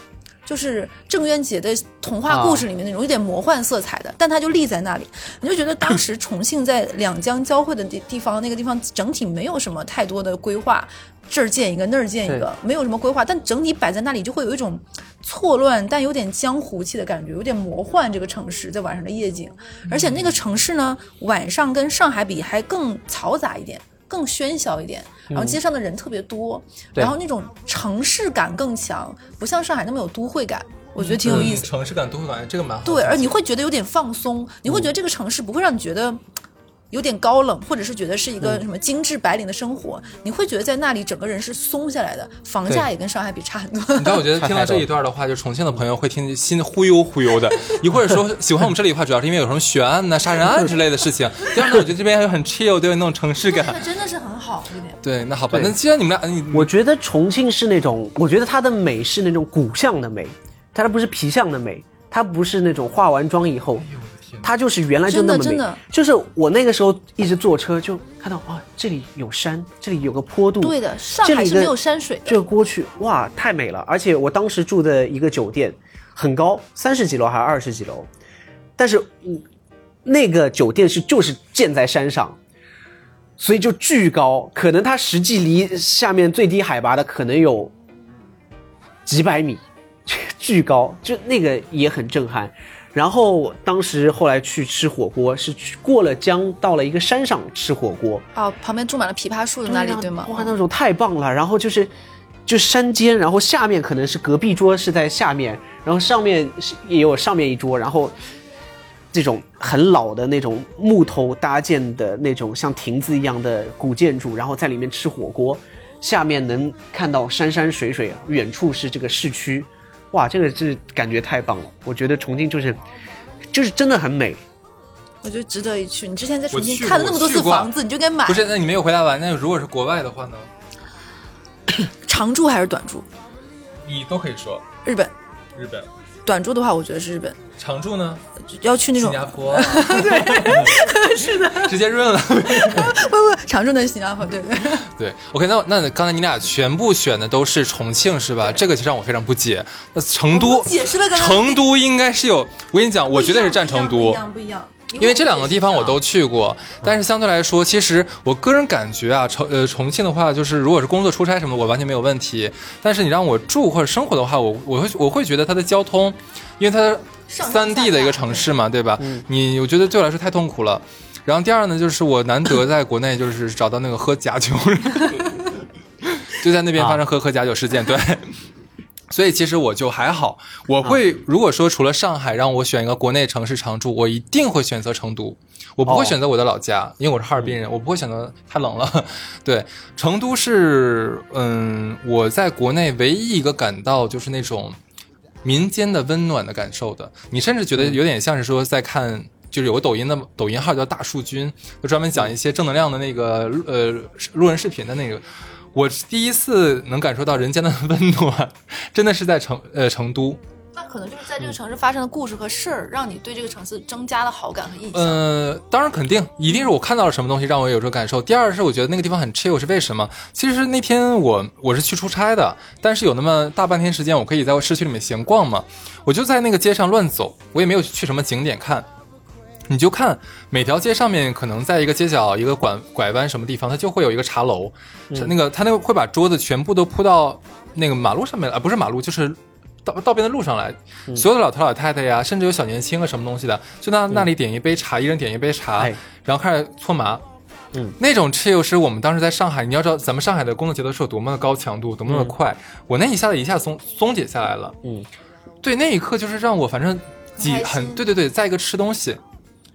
[SPEAKER 3] 就是郑渊洁的童话故事里面那种有点魔幻色彩的，但它就立在那里，你就觉得当时重庆在两江交汇的地地方，那个地方整体没有什么太多的规划，这儿建一个那儿建一个，没有什么规划，但整体摆在那里就会有一种错乱但有点江湖气的感觉，有点魔幻这个城市在晚上的夜景，而且那个城市呢，晚上跟上海比还更嘈杂一点，更喧嚣一点，然后街上的人特别多，
[SPEAKER 4] 对
[SPEAKER 3] 然后那种城市感更强，不像上海那么有都会感，我觉得挺有意思
[SPEAKER 1] 嗯
[SPEAKER 3] 的。
[SPEAKER 1] 城市感、都会感，这个蛮好的。
[SPEAKER 3] 对，而你会觉得有点放松，你会觉得
[SPEAKER 1] 嗯
[SPEAKER 3] 这个城市不会让你觉得。有点高冷，或者是觉得是一
[SPEAKER 1] 嗯
[SPEAKER 3] 个什么精致白领的生活，你会觉得在那里整个人是松下来的，房价
[SPEAKER 4] 对
[SPEAKER 3] 也跟上海比差很多。
[SPEAKER 1] 你知道，我觉 得听到这一段的话，就重庆的朋友会听得心忽悠忽悠的。一会儿 说喜欢我们这里的话，主要是因为有什么悬案呐、杀人案之类的事情。第二呢，我觉得这边还有很 chill，都有那种城市
[SPEAKER 3] 这
[SPEAKER 1] 感
[SPEAKER 3] 个。真的是很好，这点
[SPEAKER 1] 对，那好吧，
[SPEAKER 4] 对
[SPEAKER 1] 那既然你们俩，你
[SPEAKER 4] 我觉得重庆是那种，我觉得它的美是那种骨相的美，它不是皮相的美，它不是那种化完妆以后，它就是原来就那么美。
[SPEAKER 3] 真的真的
[SPEAKER 4] 就是我那个时候一直坐车就看到啊，这里有山，这里有个坡
[SPEAKER 1] 嗯
[SPEAKER 4] 度，
[SPEAKER 3] 对的上海
[SPEAKER 4] 这里
[SPEAKER 3] 是
[SPEAKER 4] 的
[SPEAKER 3] 没有山水的
[SPEAKER 4] 这个过去哇，太美了！而且我当时住的一个酒店很高，三十几楼还是二十几楼，但是嗯，那个酒店是就是建在山上，所以就巨高，可能它实际离下面最低海拔的可能有几百米， 巨高，就那个也很震撼。然后当时后来去吃火锅，是去过了江，到了一个山上吃火锅，
[SPEAKER 3] 哦，旁边种满了枇杷树的那里，
[SPEAKER 4] 啊
[SPEAKER 3] 对吗？哦
[SPEAKER 4] 哇，那种太棒了。然后就是，就山间，然后下面可能是隔壁桌是在下面，然后上面是也有上面一桌，然后这种很老的那种木头搭建的那种像亭子一样的古建筑，然后在里面吃火锅，下面能看到山山水水，远处是这个市区，哇，这个是感觉太棒了。我觉得重庆就是，就是真的很美。
[SPEAKER 3] 我觉得值得一去。你之前在重
[SPEAKER 1] 我去
[SPEAKER 3] 庆
[SPEAKER 1] 过
[SPEAKER 3] 看了那么多次
[SPEAKER 1] 我去过
[SPEAKER 3] 房子，你就该买。
[SPEAKER 1] 不是，那你没有回答完。那如果是国外的话呢，
[SPEAKER 3] 长住还是短住？
[SPEAKER 1] 你都可以说
[SPEAKER 3] 日本
[SPEAKER 1] 日本。
[SPEAKER 3] 短住的话，我觉得是日本，
[SPEAKER 1] 常住呢，
[SPEAKER 3] 就要去那
[SPEAKER 1] 新
[SPEAKER 3] 种
[SPEAKER 1] 加坡。 对，是 的，直接润了。
[SPEAKER 3] 不不常住的新加坡，对对。
[SPEAKER 1] 对，OK，那那刚才你俩全部选的都是重庆是吧？这个就让我非常不解。那成
[SPEAKER 3] 我
[SPEAKER 1] 都
[SPEAKER 3] 解释了刚刚
[SPEAKER 1] 成都应该是有，我跟你讲，我绝对是占成
[SPEAKER 3] 不一
[SPEAKER 1] 都。
[SPEAKER 3] 样不一样，不一样
[SPEAKER 1] 因为这两个地方我都去过，但是相对来说，其实我个人感觉啊，重呃重庆的话，就是如果是工作出差什么的，我完全没有问题。但是你让我住或者生活的话，我我会我会觉得它的交通，因为它
[SPEAKER 3] 上
[SPEAKER 1] 三
[SPEAKER 3] 上下
[SPEAKER 1] D 的一
[SPEAKER 3] 下
[SPEAKER 1] 个城市嘛，对吧？你我觉得对我来说太痛苦了。然后第二呢，就是我难得在国内就是找到那个喝假酒， 就在那边发生喝喝假酒事件，对。所以其实我就还好，我会、如果说除了上海让我选一个国内城市常住，我一定会选择成都，我不会
[SPEAKER 4] 哦
[SPEAKER 1] 选择我的老家，因为我是哈尔滨人，我不会选择太冷了。 对，成都是嗯，我在国内唯一一个感到就是那种民间的温暖的感受的，你甚至觉得有点像是说在看。就是有个抖音的抖音号叫大树君，就专门讲一些正能量的那个呃路人视频的那个，我第一次能感受到人间的温暖，真的是在成呃成都。
[SPEAKER 3] 那可能就是在
[SPEAKER 1] 嗯
[SPEAKER 3] 这个城市发生的故事和事儿，让你对这个城市增加了好感和印象。
[SPEAKER 1] 呃，当然肯定，一定是我看到了什么东西让我有这种感受。第二是我觉得那个地方很 chill 是为什么？其实那天我我是去出差的，但是有那么大半天时间，我可以在市区里面闲逛嘛，我就在那个街上乱走，我也没有去什么景点看。你就看每条街上面，可能在一个街角、一个拐拐弯什么地方，它就会有一个茶楼，
[SPEAKER 4] 嗯
[SPEAKER 1] 是那个它那个会把桌子全部都铺到那个马路上面来，啊，不是马路，就是道道边的路上来。
[SPEAKER 4] 嗯
[SPEAKER 1] 所有的老头老太太呀，甚至有小年轻啊什么东西的，就那那里点一杯茶，一人点一杯茶
[SPEAKER 4] 哎，
[SPEAKER 1] 然后开始搓麻。
[SPEAKER 4] 嗯，
[SPEAKER 1] 那种 chill 是我们当时在上海，你要知道咱们上海的工作节奏是有多么的高强度，多么的快。我那一下子一下松松解下来了。
[SPEAKER 4] 嗯，
[SPEAKER 1] 对，那一刻就是让我反正几
[SPEAKER 3] 很开心
[SPEAKER 1] 很对对对，再一个吃东西，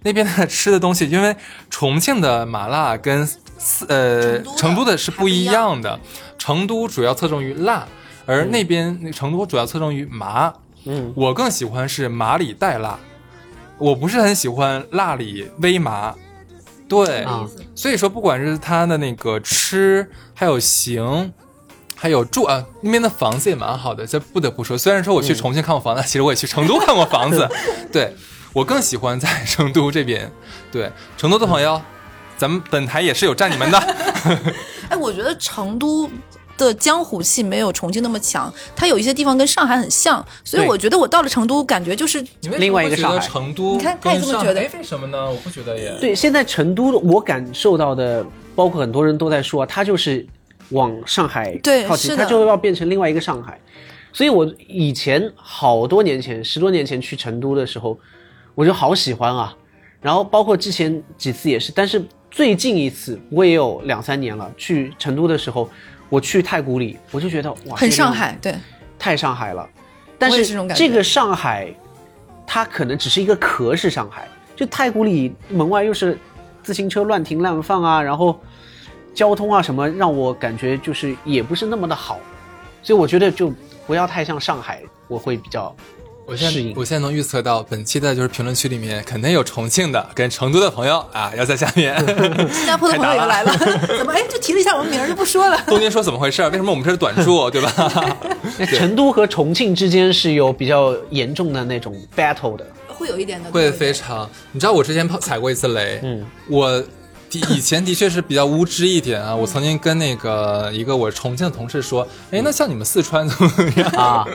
[SPEAKER 1] 那边的吃的东西，因为重庆的麻辣跟四呃
[SPEAKER 3] 成都的
[SPEAKER 1] 成都的是
[SPEAKER 3] 还
[SPEAKER 1] 不
[SPEAKER 3] 不
[SPEAKER 1] 一
[SPEAKER 3] 一嗯
[SPEAKER 1] 样的，成都主要侧重于辣，而那边那成都主要侧重于麻。
[SPEAKER 4] 嗯，
[SPEAKER 1] 我更喜欢是麻里带辣，我不是很喜欢辣里微麻。对，
[SPEAKER 4] 啊
[SPEAKER 1] 所以说不管是它的那个吃，还有行，还有住啊，那边的房子也蛮好的。这不得不说，虽然说
[SPEAKER 4] 嗯
[SPEAKER 1] 我去重庆看过房子，其实我也 去成都看过房子。对我更喜欢在成都这边。对成都的朋
[SPEAKER 4] 嗯
[SPEAKER 1] 友，咱们本台也是有站你们的。
[SPEAKER 3] 哎，我觉得成都。的江湖气没有重庆那么强，它有一些地方跟上海很像，所以
[SPEAKER 4] 对
[SPEAKER 3] 我觉得我到了成都，感觉就是
[SPEAKER 1] 你为什么
[SPEAKER 4] 另外一个
[SPEAKER 1] 会觉得
[SPEAKER 4] 上海
[SPEAKER 1] 成都，
[SPEAKER 3] 你看他也这么觉得
[SPEAKER 1] 为什么呢？我不觉得也。
[SPEAKER 4] 对，现在成都我感受到的，包括很多人都在说，它就是往上海
[SPEAKER 3] 对
[SPEAKER 4] 靠近，
[SPEAKER 3] 是
[SPEAKER 4] 它
[SPEAKER 3] 的
[SPEAKER 4] 就要变成另外一个上海。所以我以前好多年前，十多年前去成都的时候，我就好喜欢啊。然后包括之前几次也是，但是最近一次我也有两三年了，去成都的时候，我去太古里，我就觉得哇，
[SPEAKER 3] 很
[SPEAKER 4] 这个
[SPEAKER 3] 上海，对，
[SPEAKER 4] 太上海了。但
[SPEAKER 3] 我也
[SPEAKER 4] 是
[SPEAKER 3] 是这种感觉
[SPEAKER 4] 这个上海，它可能只是一个壳是上海，就太古里门外又是自行车乱停乱放啊，然后交通啊什么，让我感觉就是也不是那么的好，所以我觉得就不要太像上海，我会比较
[SPEAKER 1] 我现
[SPEAKER 4] 适
[SPEAKER 1] 在
[SPEAKER 4] 应
[SPEAKER 1] 我现在能预测到，本期的就是评论区里面肯定有重庆的跟成都的朋友啊，要在下面。
[SPEAKER 3] 新加坡的朋友又来了， 怎么哎就提了一下我们名儿就不说了？
[SPEAKER 1] 东京说怎么回事？为什么我们这是短住，对吧？
[SPEAKER 4] 那成都和重庆之间是有比较严重的那种 battle 的，
[SPEAKER 3] 会有一点 的，
[SPEAKER 1] 会非常，你知道我之前碰踩过一次雷，
[SPEAKER 4] 嗯，
[SPEAKER 1] 我的以前的确是比较无知一点啊。我曾经跟那个一个我重庆的同事说，哎，那像你们四川怎么样
[SPEAKER 4] 啊？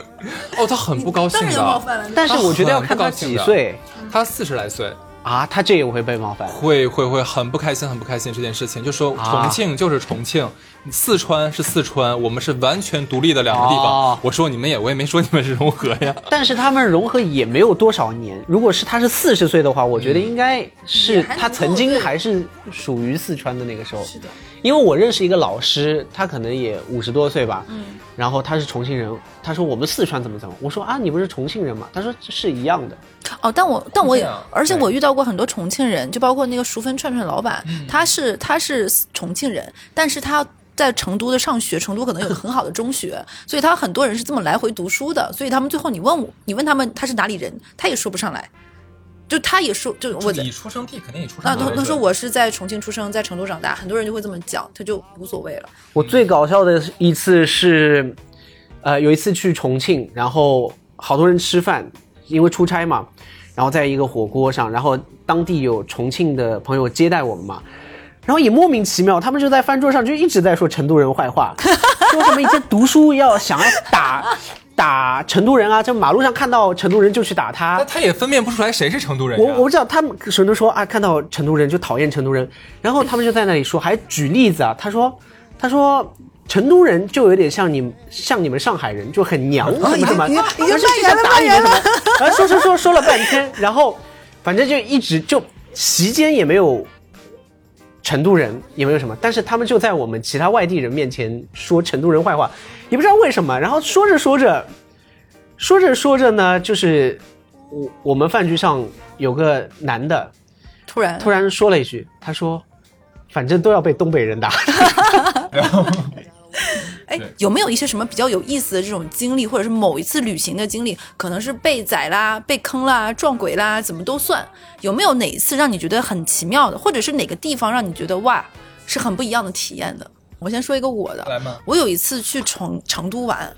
[SPEAKER 1] 哦，他很不高兴
[SPEAKER 3] 当然有冒
[SPEAKER 1] 的，
[SPEAKER 3] 犯了，
[SPEAKER 4] 但是我觉得要看他几岁
[SPEAKER 1] 他四十来岁，
[SPEAKER 4] 啊，他这也会被冒犯。
[SPEAKER 1] 会会会很不开心，很不开心这件事情，就说重
[SPEAKER 4] 啊
[SPEAKER 1] 庆就是重庆，四川是四川，我们是完全独立的两个地方
[SPEAKER 4] 哦。
[SPEAKER 1] 我说你们也，我也没说你们是融合呀。
[SPEAKER 4] 但是他们融合也没有多少年。如果是他是四十岁的话，我觉得应该是
[SPEAKER 3] 也还能
[SPEAKER 4] 他曾
[SPEAKER 3] 够
[SPEAKER 4] 经
[SPEAKER 3] 对
[SPEAKER 4] 还是属于四川的那个时候。
[SPEAKER 3] 是的，
[SPEAKER 4] 因为我认识一个老师，他可能也五十多岁吧，
[SPEAKER 3] 嗯
[SPEAKER 4] 然后他是重庆人，他说我们四川怎么怎么，我说啊你不是重庆人吗？他说是一样的，
[SPEAKER 3] 哦，但我但我也
[SPEAKER 1] 这样，
[SPEAKER 3] 而且
[SPEAKER 4] 对
[SPEAKER 3] 我遇到过很多重庆人，就包括那个熟分串串老板，他是他是重庆人，但是他。在成都的上学，成都可能有个很好的中学，所以他很多人是这么来回读书的，所以他们最后你问我，你问他们他是哪里人，他也说不上来，就他也说就我在
[SPEAKER 1] 你出生地肯定以出
[SPEAKER 3] 啊，
[SPEAKER 1] 生地为
[SPEAKER 3] 他他说
[SPEAKER 1] 准
[SPEAKER 3] 我是在重庆出生，在成都长大，很多人就会这么讲，他就无所谓了。
[SPEAKER 4] 我最搞笑的一次是，呃，有一次去重庆，然后好多人吃饭，因为出差嘛，然后在一个火锅上，然后当地有重庆的朋友接待我们嘛，然后也莫名其妙，他们就 在饭桌上就一直在说成都人坏话，说什么以前读书要想要打打成都人啊，就马路上看到成都人就去打他
[SPEAKER 1] 那。他也分辨不出来谁是成都人呀。
[SPEAKER 4] 我我不知道他们谁都说啊，看到成都人就讨厌成都人，然后他们就在那里说，还举例子啊，他说他说成都人就有点像你像你们上海人，就很娘，哦你怎么啊
[SPEAKER 5] 已经已经
[SPEAKER 4] 就是就想打你们 什么？然后啊说说说说了半天，然后反正就一直就席间也没有。成都人也没有什么，但是他们就在我们其他外地人面前说成都人坏话，也不知道为什么。然后说着说着，说着说着呢，就是我我们饭局上有个男的
[SPEAKER 3] 突然
[SPEAKER 4] 突然说了一句，他说：“反正都要被东北人打。
[SPEAKER 3] 哎，有没有一些什么比较有意思的这种经历，或者是某一次旅行的经历，可能是被宰啦、被坑啦、撞鬼啦，怎么都算？有没有哪一次让你觉得很奇妙的，或者是哪个地方让你觉得哇，是很不一样的体验的？我先说一个我的，
[SPEAKER 1] 来嘛
[SPEAKER 3] 我有一次去成成都玩，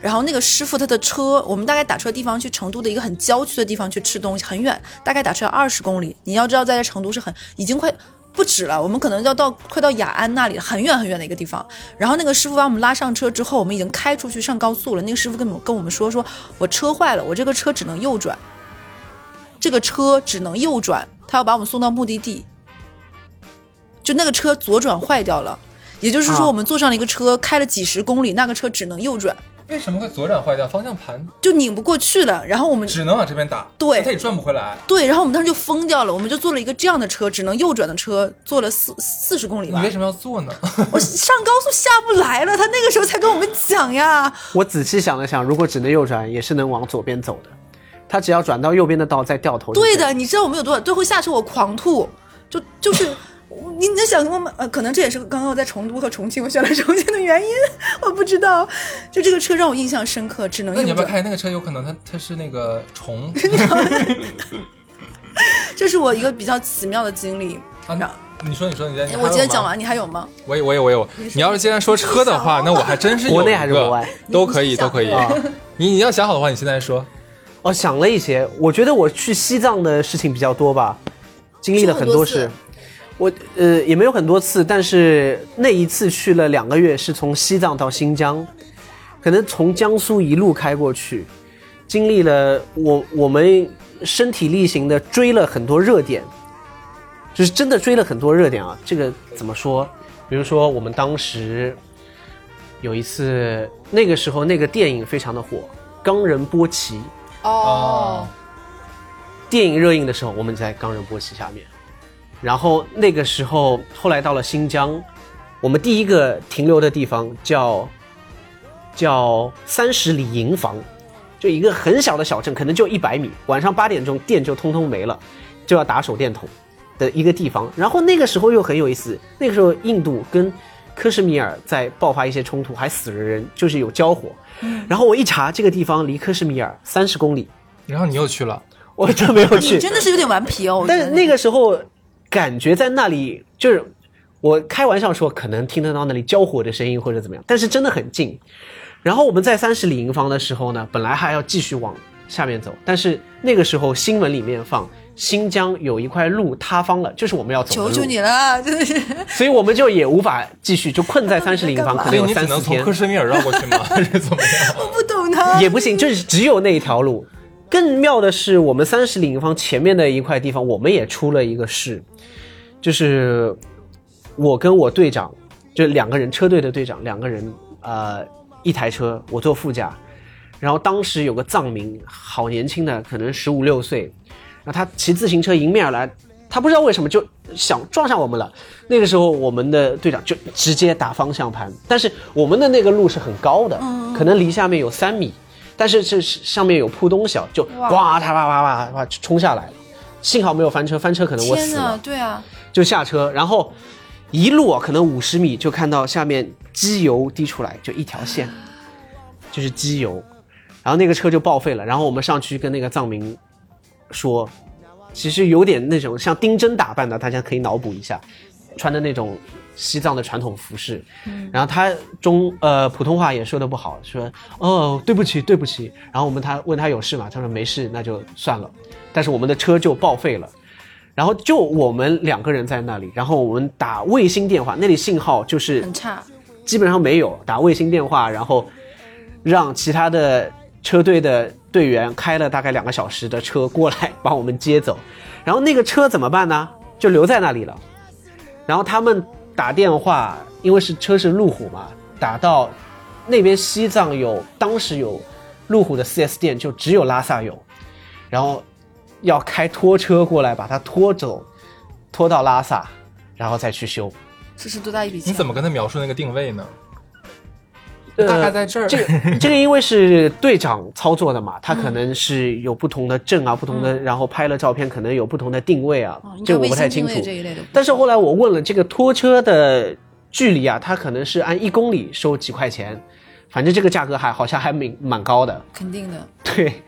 [SPEAKER 3] 然后那个师傅他的车，我们大概打车的地方去成都的一个很郊区的地方去吃东西，很远，大概打车要二十公里。你要知道，在成都是很已经快不止了，我们可能要到快到雅安那里了，很远很远的一个地方。然后那个师傅把我们拉上车之后，我们已经开出去上高速了。那个师傅跟我们跟我们说，说我车坏了，我这个车只能右转，这个车只能右转，他要把我们送到目的地。就那个车左转坏掉了，也就是说
[SPEAKER 4] 啊
[SPEAKER 3] 我们坐上了一个车，开了几十公里，那个车只能右转。
[SPEAKER 1] 为什么会左转坏掉？方向盘
[SPEAKER 3] 就拧不过去了。然后我们
[SPEAKER 1] 只能往这边打，
[SPEAKER 3] 对
[SPEAKER 1] 他也转不回来。
[SPEAKER 3] 对，然后我们当时就疯掉了，我们就坐了一个这样的车，只能右转的车，坐了四四十公里
[SPEAKER 1] 你
[SPEAKER 3] 吧
[SPEAKER 1] 为。什么要坐呢？
[SPEAKER 3] 我上高速下不来了，他那个时候才跟我们 讲呀。”
[SPEAKER 4] 我仔细想了想，如果只能右转，也是能往左边走的。他只要转到右边的道，再掉头。
[SPEAKER 3] 对的，，你知道我们有多少？最后下车我狂吐，就就是。你能想我们呃，可能这也是刚刚我在成都和重庆，我选了重庆的原因，我不知道。就这个车让我印象深刻，只能
[SPEAKER 1] 那你
[SPEAKER 3] 右
[SPEAKER 1] 要不要
[SPEAKER 3] 转。
[SPEAKER 1] 开那个车？有可能它它是那个虫
[SPEAKER 3] 这是我一个比较奇妙的经经历。
[SPEAKER 1] 啊。那你说，你说，你在。你还
[SPEAKER 3] 哎我
[SPEAKER 1] 有
[SPEAKER 3] 今天讲
[SPEAKER 1] 吗
[SPEAKER 3] 完，你还有吗？
[SPEAKER 1] 我有我有我有，你要是既然说车的话，那我还真是有
[SPEAKER 4] 国内
[SPEAKER 1] 一
[SPEAKER 4] 还是
[SPEAKER 1] 个
[SPEAKER 4] 国外
[SPEAKER 1] 都可以
[SPEAKER 3] 你
[SPEAKER 1] 都可以
[SPEAKER 3] 想。
[SPEAKER 1] 你你要想好的话，你现在说。
[SPEAKER 4] 哦，想了一些，我觉得我去西藏的事情比较多吧，经历了很多
[SPEAKER 3] 去
[SPEAKER 4] 事
[SPEAKER 3] 很。
[SPEAKER 4] 我呃也没有很多次，但是那一次去了两个月，是从西藏到新疆，可能从江苏一路开过去，经历了我我们身体力行的追了很多热点，就是真的追了很多热点啊。这个怎么说？比如说我们当时有一次，那个时候那个电影非常的火，《冈仁波齐》。
[SPEAKER 3] 哦，
[SPEAKER 1] 啊
[SPEAKER 4] 电影热映的时候，我们在冈仁波齐下面，然后那个时候后来到了新疆，我们第一个停留的地方叫叫三十里营房，就一个很小的小镇，可能就一百米。晚上八点钟电就通通没了，就要打手电筒的一个地方。然后那个时候又很有意思，那个时候印度跟克什米尔在爆发一些冲突，还死了人，就是有交火。
[SPEAKER 3] 嗯
[SPEAKER 4] 然后我一查，这个地方离克什米尔三十公里，
[SPEAKER 1] 然后你又去了，
[SPEAKER 4] 我真没有 去
[SPEAKER 3] 你。真的是有点顽皮哦。我觉
[SPEAKER 4] 但
[SPEAKER 3] 得
[SPEAKER 4] 是那个时候感觉在那里，就是我开玩笑说，可能听得到那里交火的声音或者怎么样，但是真的很近。然后我们在三十里营房的时候呢，本来还要继续往下面走，但是那个时候新闻里面放新疆有一块路塌方了，就是我们要走的
[SPEAKER 3] 求
[SPEAKER 4] 路，
[SPEAKER 3] 求你了，真的是。
[SPEAKER 4] 所以我们就也无法继续，就困在三十里营房，可
[SPEAKER 1] 所
[SPEAKER 4] 能
[SPEAKER 1] 以
[SPEAKER 4] 有
[SPEAKER 1] 哎你只
[SPEAKER 4] 三
[SPEAKER 1] 能
[SPEAKER 4] 四
[SPEAKER 1] 从
[SPEAKER 4] 天
[SPEAKER 1] 克。什米尔绕过去吗？ 还是怎么样？
[SPEAKER 3] 不懂他。
[SPEAKER 4] 也不行，就是只有那一条路。更妙的是，我们三十里营房前面的一块地方，我们也出了一个事，就是我跟我队长，就两个人车队的队长，两个人呃一台车，我坐副驾，然后当时有个藏民，好年轻的，可能十五六岁，然后他骑自行车迎面而来，他不知道为什么就想撞上我们了。那个时候我们的队长就直接打方向盘，但是我们的那个路是很高
[SPEAKER 3] 嗯
[SPEAKER 4] 的，可能离下面有三米，但是这是上面有铺东西啊，就
[SPEAKER 3] 哇
[SPEAKER 4] 哇他哇哇哇哇就冲下来了。幸好没有翻车，翻车可能我
[SPEAKER 3] 天
[SPEAKER 4] 死了
[SPEAKER 3] 呐，。对啊，
[SPEAKER 4] 就下车，然后一路啊，可能五十米就看到下面机油滴出来，就一条线，就是机油，然后那个车就报废了。然后我们上去跟那个藏民说，其实有点那种像丁真打扮的，大家可以脑补一下，穿的那种西藏的传统服饰。然后他中呃普通话也说的不好，说哦对不起对不起。然后我们他问他有事吗？他说没事，那就算了。但是我们的车就报废了。然后就我们两个人在那里，然后我们打卫星电话，那里信号就是
[SPEAKER 3] 很差。
[SPEAKER 4] 基本上没有打卫星电话，然后让其他的车队的队员开了大概两个小时的车过来把我们接走，然后那个车怎么办呢？就留在那里了。然后他们打电话，因为是车是路虎嘛，打到那边西藏有，当时有路虎的 4S 店，就只有拉萨有，然后要开拖车过来把它拖走，拖到拉萨，然后再去修。
[SPEAKER 3] 这是多大一笔钱？
[SPEAKER 1] 你怎么跟他描述那个定位呢？
[SPEAKER 4] 呃
[SPEAKER 1] 大概在这儿。
[SPEAKER 4] 这 个这个因为是队长操作的嘛，他
[SPEAKER 3] 嗯
[SPEAKER 4] 可能是有不同的证啊，不同的，然后拍了照片可能有不同的定位啊，
[SPEAKER 3] 哦，
[SPEAKER 4] 这个我不太清楚
[SPEAKER 3] 应该卫星定位。这一类的。
[SPEAKER 4] 但是后来我问了这个拖车的距离啊，它可能是按一公里收几块钱，反正这个价格还好像还蛮蛮高的。
[SPEAKER 3] 肯定的，
[SPEAKER 4] 对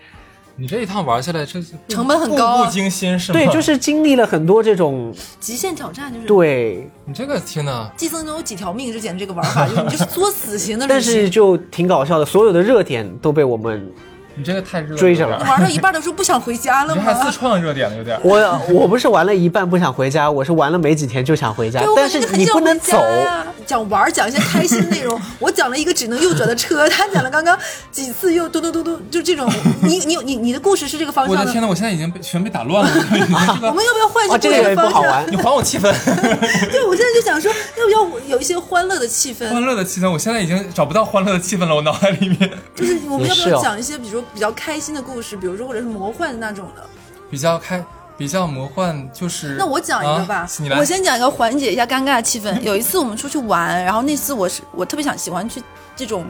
[SPEAKER 1] 你这一趟玩下来，这
[SPEAKER 3] 成本很高啊
[SPEAKER 1] 步步惊心是吗？
[SPEAKER 4] 对，就是经历了很多这种
[SPEAKER 3] 极限挑战就是
[SPEAKER 4] 对，
[SPEAKER 1] 你这个天呐，
[SPEAKER 3] 寄生虫有几条命之前的这个玩法，就是你就是作死型的旅
[SPEAKER 4] 但
[SPEAKER 3] 行。
[SPEAKER 4] 是就挺搞笑的，所有的热点都被我们
[SPEAKER 1] 你这个太热了，
[SPEAKER 4] 追上了
[SPEAKER 1] 有点
[SPEAKER 3] 玩到一半的时候不想回家了
[SPEAKER 1] 你还自
[SPEAKER 3] 吗？
[SPEAKER 1] 创热点了，有点。
[SPEAKER 4] 我我不是玩了一半不想回家，我是玩了没几天就想回家
[SPEAKER 3] 对，，我
[SPEAKER 4] 但
[SPEAKER 3] 感觉
[SPEAKER 4] 是
[SPEAKER 3] 就很
[SPEAKER 4] 你
[SPEAKER 3] 想
[SPEAKER 4] 不能
[SPEAKER 3] 回
[SPEAKER 4] 走
[SPEAKER 3] 家。呀。讲玩儿，讲一些开心内容。我讲了一个只能右转的车，他讲了刚刚几次又嘟嘟嘟嘟，就这种。你你你你的故事是这个方
[SPEAKER 1] 我
[SPEAKER 3] 向
[SPEAKER 1] 的天呐，我现在已经被全被打乱 了，我已经是
[SPEAKER 3] 我
[SPEAKER 1] 个
[SPEAKER 3] 们要不要换一
[SPEAKER 4] 哦，
[SPEAKER 3] 个
[SPEAKER 4] 这
[SPEAKER 3] 故
[SPEAKER 4] 个
[SPEAKER 3] 事的
[SPEAKER 4] 也不
[SPEAKER 3] 方
[SPEAKER 4] 好
[SPEAKER 3] 向？
[SPEAKER 4] 玩
[SPEAKER 1] 你。还我气氛，
[SPEAKER 3] 对，我现在就想说，要不要有一些欢乐的气氛
[SPEAKER 1] 欢？乐的气氛，我现在已经找不到欢乐的气氛了，我脑海里面
[SPEAKER 3] 就是我们要不
[SPEAKER 4] 也是哦
[SPEAKER 3] 要讲一些，比如说比较开心的故事，比如说或者是魔幻的那种的？
[SPEAKER 1] 比较开，比较魔幻，就是
[SPEAKER 3] 那我讲一个吧，
[SPEAKER 1] 啊你来，
[SPEAKER 3] 我先讲一个缓解一下尴尬 气氛。有一次我们出去玩，然后那次我是我特别想喜欢去这种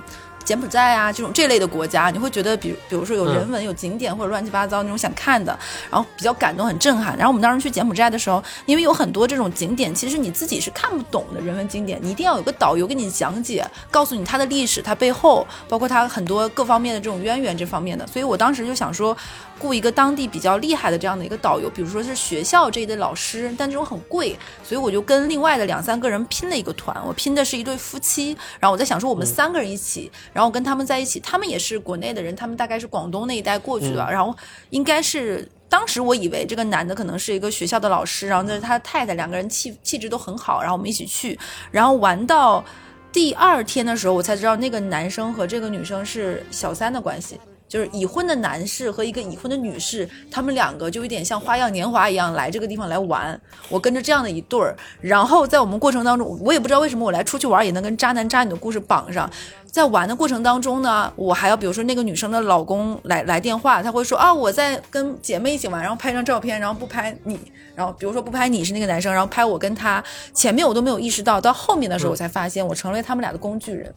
[SPEAKER 3] 柬埔寨啊这种这类的国家，你会觉得比如比如说有人文、有景点或者乱七八糟那种想看的，然后比较感动、很震撼。然后我们当时去柬埔寨的时候，因为有很多这种景点，其实你自己是看不懂的人文景点，你一定要有个导游给你讲解，告诉你它的历史、它背后，包括它很多各方面的这种渊源这方面的。所以我当时就想说，雇一个当地比较厉害的这样的一个导游，比如说是学校这一类老师，但这种很贵，所以我就跟另外的两三个人拼了一个团，我拼的是一对夫妻，然后我在想说我们三个人一起，然后我跟他们在一起，他们也是国内的人，他们大概是广东那一带过去的，啊然后应该是。当时我以为这个男的可能是一个学校的老师，然后呢，他太太，两个人气气质都很好，然后我们一起去，然后玩到第二天的时候，我才知道那个男生和这个女生是小三的关系，就是已婚的男士和一个已婚的女士，他们两个就有点像花样年华一样来这个地方来玩。我跟着这样的一对儿，然后在我们过程当中，我也不知道为什么我来出去玩也能跟渣男渣女的故事绑上。在玩的过程当中呢，我还要比如说那个女生的老公来来电话，他会说啊我在跟姐妹一起玩，然后拍张照片，然后不拍你，然后比如说不拍你是那个男生，然后拍我跟他。前面我都没有意识到，到后面的时候我才发现我成了他们俩的工具人。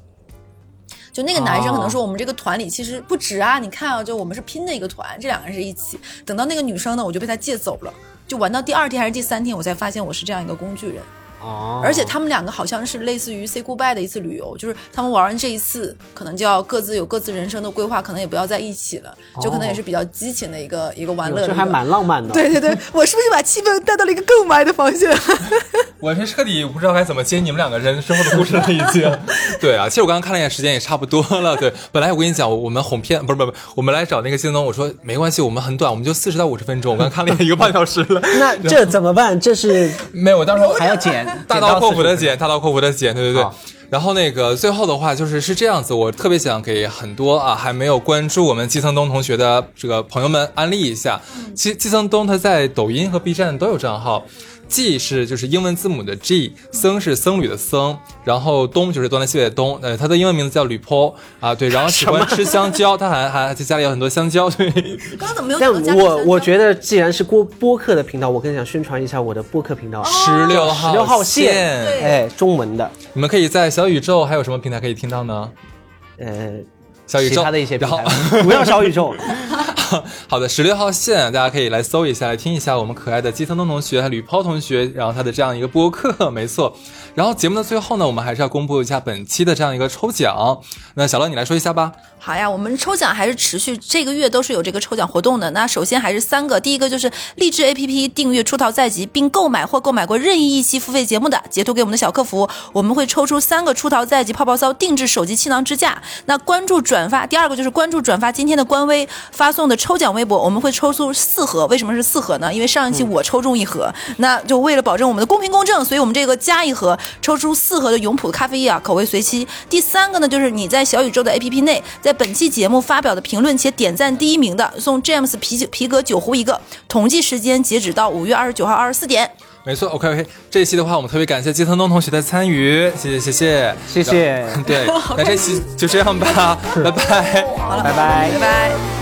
[SPEAKER 3] 就那个男生可能说我们这个团里其实不值啊，你看啊，就我们是拼的一个团，这两个人是一起。等到那个女生呢，我就被他借走了。就玩到第二天还是第三天，我才发现我是这样一个工具人。
[SPEAKER 4] 哦
[SPEAKER 3] 而且他们两个好像是类似于 say goodbye 的一次旅游，就是他们玩完这一次，可能就要各自有各自人生的规划，可能也不要在一起了，就可能也是比较激情的一个一个玩乐的一
[SPEAKER 4] 这
[SPEAKER 3] 个。
[SPEAKER 4] 还蛮浪漫的。
[SPEAKER 3] 对对对，我是不是把气氛带到了一个更歪的方向？
[SPEAKER 1] 我是彻底不知道该怎么接你们两个人生活的故事了，已经。 对啊，其实我刚刚看了一眼时间，也差不多了。对， 本来我跟你讲，我们哄骗不是不是，不是我们来找那个京东，我说没关系，我们很短，我们就四十到五十分钟。我刚看了一眼一个半小时 了，
[SPEAKER 4] 那这怎么办？这是
[SPEAKER 1] 没有，我到时候
[SPEAKER 4] 还要剪，
[SPEAKER 1] 大
[SPEAKER 4] 剪
[SPEAKER 1] 刀
[SPEAKER 4] 到
[SPEAKER 1] 阔斧的
[SPEAKER 4] 40分钟啊
[SPEAKER 1] 剪，大刀阔斧的剪，对对对
[SPEAKER 4] 好。
[SPEAKER 1] 然后那个最后的话就是是这样子，我特别想给很多啊还没有关注我们季曾东同学的这个朋友们安利一下，季季曾东他在抖音和 B 站都有账号。G 是就是英文字母的 G，僧是僧侣的僧，然后东就是东南西北的东，呃，他的英文名字叫吕坡啊，对，然后喜欢吃香蕉，他还还在家里有很多香蕉，对，
[SPEAKER 3] 刚刚怎么没有
[SPEAKER 4] 但
[SPEAKER 3] 讲到家庭
[SPEAKER 4] 我
[SPEAKER 3] 生
[SPEAKER 4] 我
[SPEAKER 3] 肖
[SPEAKER 4] 觉得，既然是播播客的频道，我更想宣传一下我的播客频道，
[SPEAKER 1] 十六号
[SPEAKER 4] 16号线
[SPEAKER 1] 线，
[SPEAKER 3] 对
[SPEAKER 4] 哎，中文的，
[SPEAKER 1] 你们可以在小宇宙还有什么平台可以听到呢？
[SPEAKER 4] 呃，
[SPEAKER 1] 小宇
[SPEAKER 4] 其
[SPEAKER 1] 宙
[SPEAKER 4] 他的一些平
[SPEAKER 1] 然后
[SPEAKER 4] 台，不要小宇宙，
[SPEAKER 1] 好的，十六号线，啊大家可以来搜一下，来听一下我们可爱的基层东同学、还有吕抛同学，然后他的这样一个播客，没错。然后节目的最后呢，我们还是要公布一下本期的这样一个抽奖。那小乐，你来说一下吧。
[SPEAKER 3] 好呀，我们抽奖还是持续，这个月都是有这个抽奖活动的。那首先还是三个，第一个就是励志 APP 订阅《出逃在即》，并购买或购买过任意一期付费节目的，截图给我们的小客服，我们会抽出三个《出逃在即》泡泡骚定制手机气囊支架。那关注转发，第二个就是关注转发今天的官微，发送的抽奖微博，我们会抽出四盒。为什么是四盒呢？因为上一期我抽中一盒，那就为了保证我们的公平公正，所以我们这个加一盒，抽出四盒的永璞咖啡液啊，口味随机。第三个呢，就是你在小宇宙的 APP 内，在本期节目发表的评论且点赞第一名的，送 James 啤酒皮革酒壶一个。统计时间截止到五月二十九号二十四点。
[SPEAKER 1] 没错，OK OK，这一期的话，我们特别感谢金森东同学的参与，谢谢谢谢
[SPEAKER 4] 谢谢
[SPEAKER 1] 然后对，那这期就这样吧，拜拜。
[SPEAKER 3] 好了，
[SPEAKER 4] 拜拜
[SPEAKER 3] 拜拜。
[SPEAKER 2] Oh,